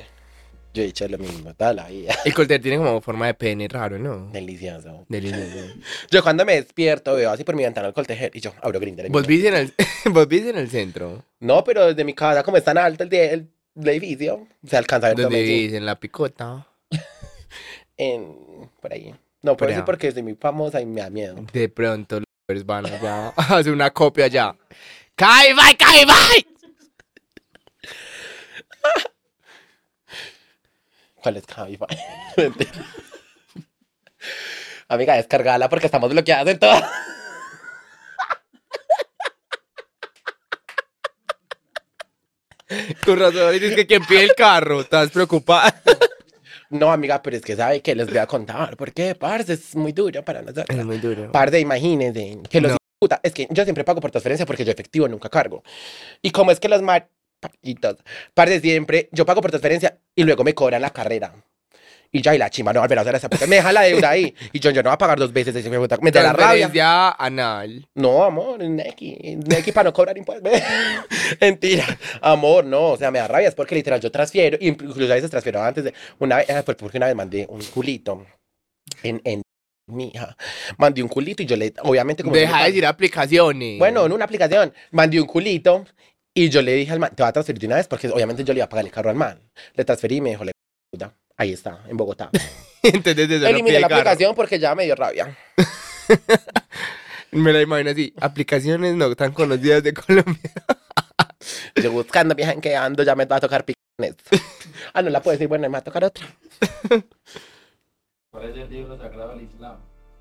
Yo he dicho lo mismo toda la vida. <laughs> El colteje tiene como forma de pene raro, ¿no? Delicioso. Delicioso. Yo cuando me despierto veo así por mi ventana el coltejer y yo abro Grindr. ¿Vos viste en el, <laughs> vos viste en el centro? No, pero desde mi casa, como es tan alto el, de- el, el edificio, se alcanza a ver todo Donde Medellín. vivís, en la picota. En, por ahí. No, Por por eso allá. Mm. porque soy muy famosa y me da miedo. De pronto los Ubers van allá <laughs> a hacer una copia allá. ¡Cabify, Cabify! ¿Cuál es Cabify? <laughs> Mentira. Amiga, descargala porque estamos bloqueados en todo. <laughs> Con razón, dices que quien pide el carro, estás preocupada. No, amiga, pero es que sabe que les voy a contar. ¿Por qué, parce? Es muy duro para nosotros. muy duro. Parce, imagínense que los No. puta, es que yo siempre pago por transferencia porque yo efectivo nunca cargo. Y como es que los mar paritas, parce siempre yo pago por transferencia y luego me cobran la carrera. Y ya, y la chimba no volverá a hacer esa puta. Me deja la deuda ahí. <laughs> Y yo, yo no voy a pagar dos veces. ese hijo de puta, Me da la rabia. Transferencia anal. No, amor, Neki. Neki para no cobrar impuestos. <laughs> Mentira. Amor, no. O sea, me da rabia. Es porque literal yo transfiero. Incluso a veces transfiero antes de. Una vez, ah, pues, porque una vez mandé un culito. En. en mi hija. Mandé un culito y yo le. Obviamente, como. Deja de yo le- decir aplicaciones. Bueno, en una aplicación. Mandé un culito y yo le dije al man. Te voy a transferir de una vez porque obviamente yo le iba a pagar el carro al man. Le transferí y me dijo, le. puta, Ahí está, en <laughs> Bogotá. <laughs> Entonces, desde no Eliminé pide la carro. aplicación porque ya me dio rabia. Me la imagino así. Aplicaciones no tan conocidas de <laughs> Colombia. Yo buscando, vieja, en qué ando, ya me va a tocar picones. Ah, no la puedo decir, bueno, me va a tocar otra.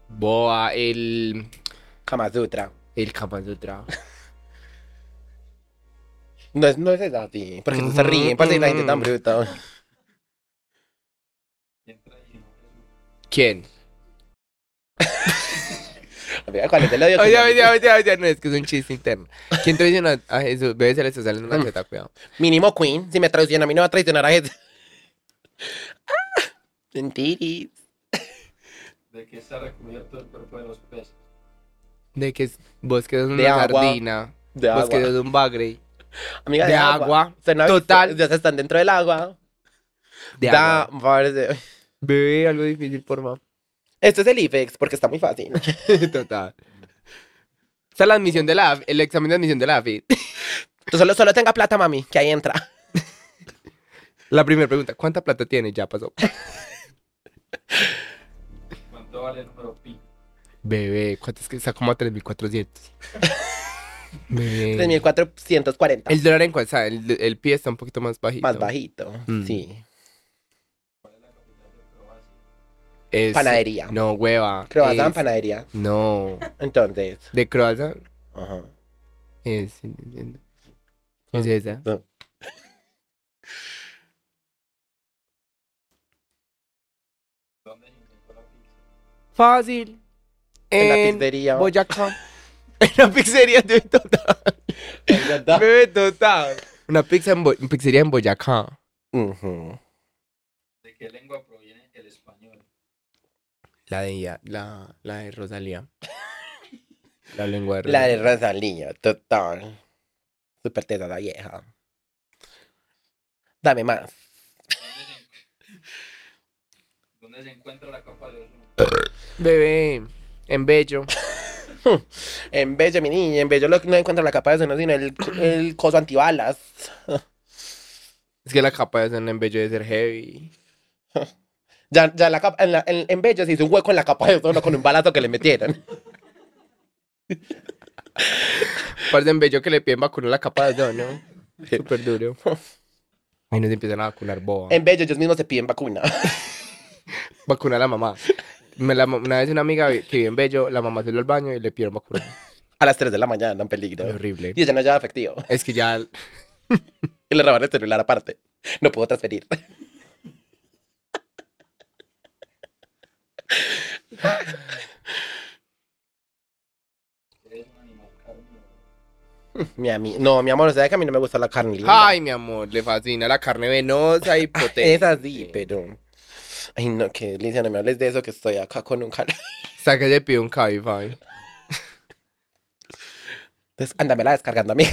Boa, el. Kama Sutra. El Kama Sutra. No es, no es así, porque no se Ujú, ríen, parce, la gente ujú. tan bruta. ¿Quién? Mira, cuando te lo digo. <laughs> Oye, oye, oye, oye, no, es que es un chiste interno. ¿Quién traiciona a Jesús? Bebé, se le está saliendo una teta, cuidado. Mínimo Queen, si me traiciona a mí no va a traicionar a gente. Ah, Mentiris. de que está recubierto el cuerpo de los peces. De que es, vos que sos De una agua. sardina, De vos Pues que agua. sos un bagre, Amiga, de agua. ¿Usted no ha Total. visto? Ya se están dentro del agua. de Da, agua. parce. Bebé, algo difícil, por favor. <laughs> Esto es el IFEX porque está muy fácil. Total. Esa es la admisión de la, el examen de admisión de la AFID. Tú solo, solo tenga plata, mami, que ahí entra. La primera pregunta, ¿cuánta plata tiene? Ya pasó. ¿Cuánto vale el número pi? Bebé, ¿cuánto es que está como a 3.400? <laughs> Bebé. 3.440. El dólar en cuanto, el, el pie está un poquito más bajito. Más bajito. Mm. Sí. Es- Panadería. No, hueva. Croissant, es- panadería. No, Entonces. de croissant Ajá. es... Es esa. No. Fácil. En la En pizzería. <laughs> Boyacá. <laughs> en la pizzería de Total. Bebé Total. Una pizza en Bo- pizzería en Boyacá. Ujú. ¿De qué lengua proviene el español? La de ella, la, la de Rosalía. la lengua de La de Rosalía. Rosalía, total. Súper teta la vieja. Dame más. ¿Dónde se encuentra la capa de ozono? Bebé, en Bello. En bello, mi niña, en bello lo- no encuentro la capa de ozono, sino el, el coso antibalas. Es que la capa de ozono en Bello de ser heavy. Ya, ya la capa, en, la- en- en bello se hizo un hueco en la capa de ozono con un balazo que le metieron. <laughs> Parece en Bello que le piden vacunar la capa de ozono. Súper duro. Ahí nos empiezan a vacunar boba. En bello ellos mismos se piden vacuna. Vacunar a la mamá. Me la- una vez una amiga vi- que vive en Bello, la mamá se lo al baño y le pidieron vacunar. <laughs> A las 3 de la mañana, en peligro. Fue horrible. Y ella no llevaba efectivo. Es que ya Y le robaron el celular aparte. No pudo transferir. ¿Eres un animal carnívoro? Mi ami- no, mi amor, o sea que a mí no me gusta la carne linda. Ay, mi amor, le fascina la carne venosa <laughs> y potente. es así, pero. Ay, no, que delicia, no me hables de eso que estoy acá con un cal. Saca de pie un Cabify. Entonces, ándamela descargando a mí.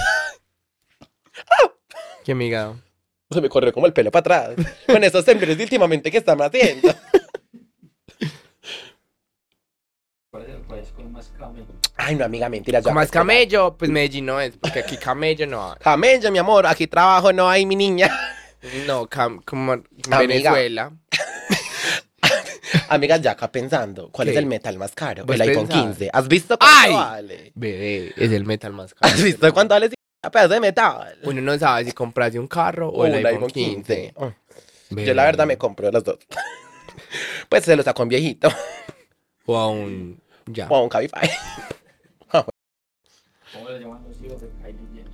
Qué amiga. Se me corrió como el pelo para atrás. Con esos temblores de últimamente que están haciendo. ¿Cuál es el país con más camellos? Ay, no, amiga, mentira. yo Como acá es camello, pues Medellín no es, porque aquí camello no hay. estoy- Camello, mi amor, aquí trabajo, no hay mi <laughs> niña. No, cam- como en Amiga. Venezuela. Amiga, ya acá pensando, ¿cuál es ¿Qué? el metal más caro? Pues el iPhone pensaba. 15. ¿Has visto cuánto ¡Ay! vale? Bebé, es el metal <laughs> más caro. ¿Has visto cuánto vale ese pedazo de metal? Uno no sabe si comprarse un carro o el Uh, Un iPhone 15. Oh. Bebé. Yo la verdad me compro los dos. <laughs> Pues se los sacó un viejito <laughs> O a un... Ya. o a un Cabify. <laughs> ¿Cómo le llaman los hijos de Kylie Jenner?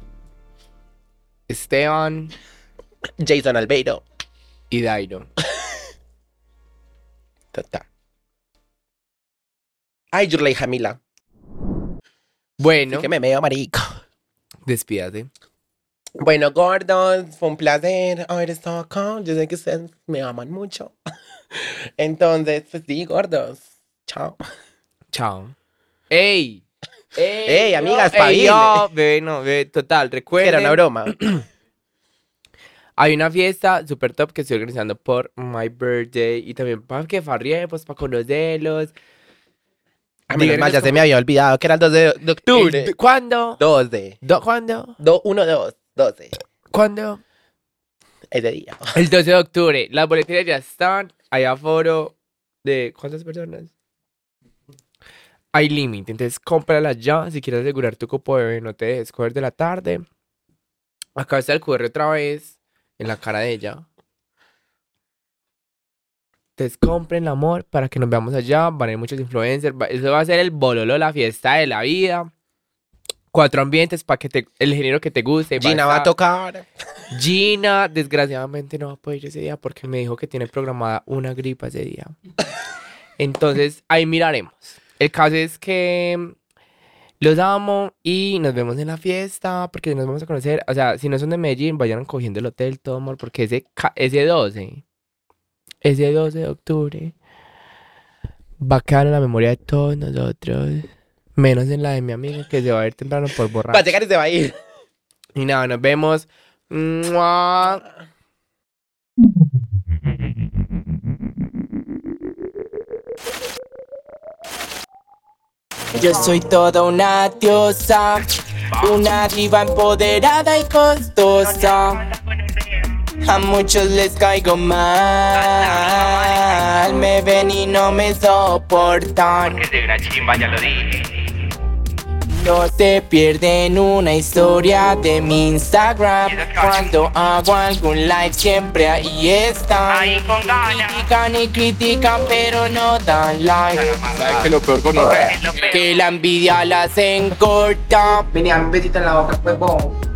Esteban Jason Albeiro. y Dairo. Ta, ta. Ay, Yurley Jamila. Bueno, Así que me veo marico. despídate. Bueno, gordos, fue un placer haber estado acá. Yo sé que ustedes me aman mucho. <laughs> Entonces, pues sí, gordos. Chao. Chao. ¡Ey! ¡Ey, Ey, yo, amigas, ¡Ey, espabile. yo! Bebé, no, bebé, total, recuerden. Era una broma. Ah, Hay una fiesta super top que estoy organizando por My Birthday y también para que farriemos, para conocerlos. A menos mal, ya Díganos se me había olvidado que era el 12 de, de cómo- octubre. Eh, ¿Cuándo? 12. Do- ¿Cuándo? 2, 1, 2. 12. ¿Cuándo? Ese día. <laughs> El 12 de octubre. Las boleterías ya están. Hay aforo de... ¿Cuántas personas? Hay límite, entonces cómpralas ya si quieres asegurar tu cupo bebé, no te dejes coger de la tarde. Acá está el QR otra vez en la cara de ella. Entonces compren el amor para que nos veamos allá. Van a ir muchos influencers. va- Eso va a ser el bololo, la fiesta de la vida. Cuatro ambientes para que te, el género que te guste. Gina va a estar- tocar. Gina, desgraciadamente no va a poder ir ese día porque me dijo que tiene programada una gripa ese día. Entonces, ahí miraremos. El caso es que mm, los amo y nos vemos en la fiesta porque nos vamos a conocer. O sea, si no son de Medellín, vayan cogiendo el hotel, todo amor, porque ese, ca- ese 12, ese 12 de octubre, va a quedar en la memoria de todos nosotros. Menos en la de mi amiga que se va a ir temprano por Va a borrar. llegar y se va a ir. Y nada, nos vemos. Mua. Yo soy toda una diosa, una diva empoderada y costosa. A muchos les caigo mal, me ven y no me soportan. Que soy una chimba, ya lo dije. No se pierden una historia de mi Instagram. Cuando hago algún live siempre ahí están. Ahí con ganas. Critican y critican pero no dan like. ¿Sabes qué es lo peor con los Es lo peor. Que la envidia las encorta. Vení a mi besita en la boca, huevón.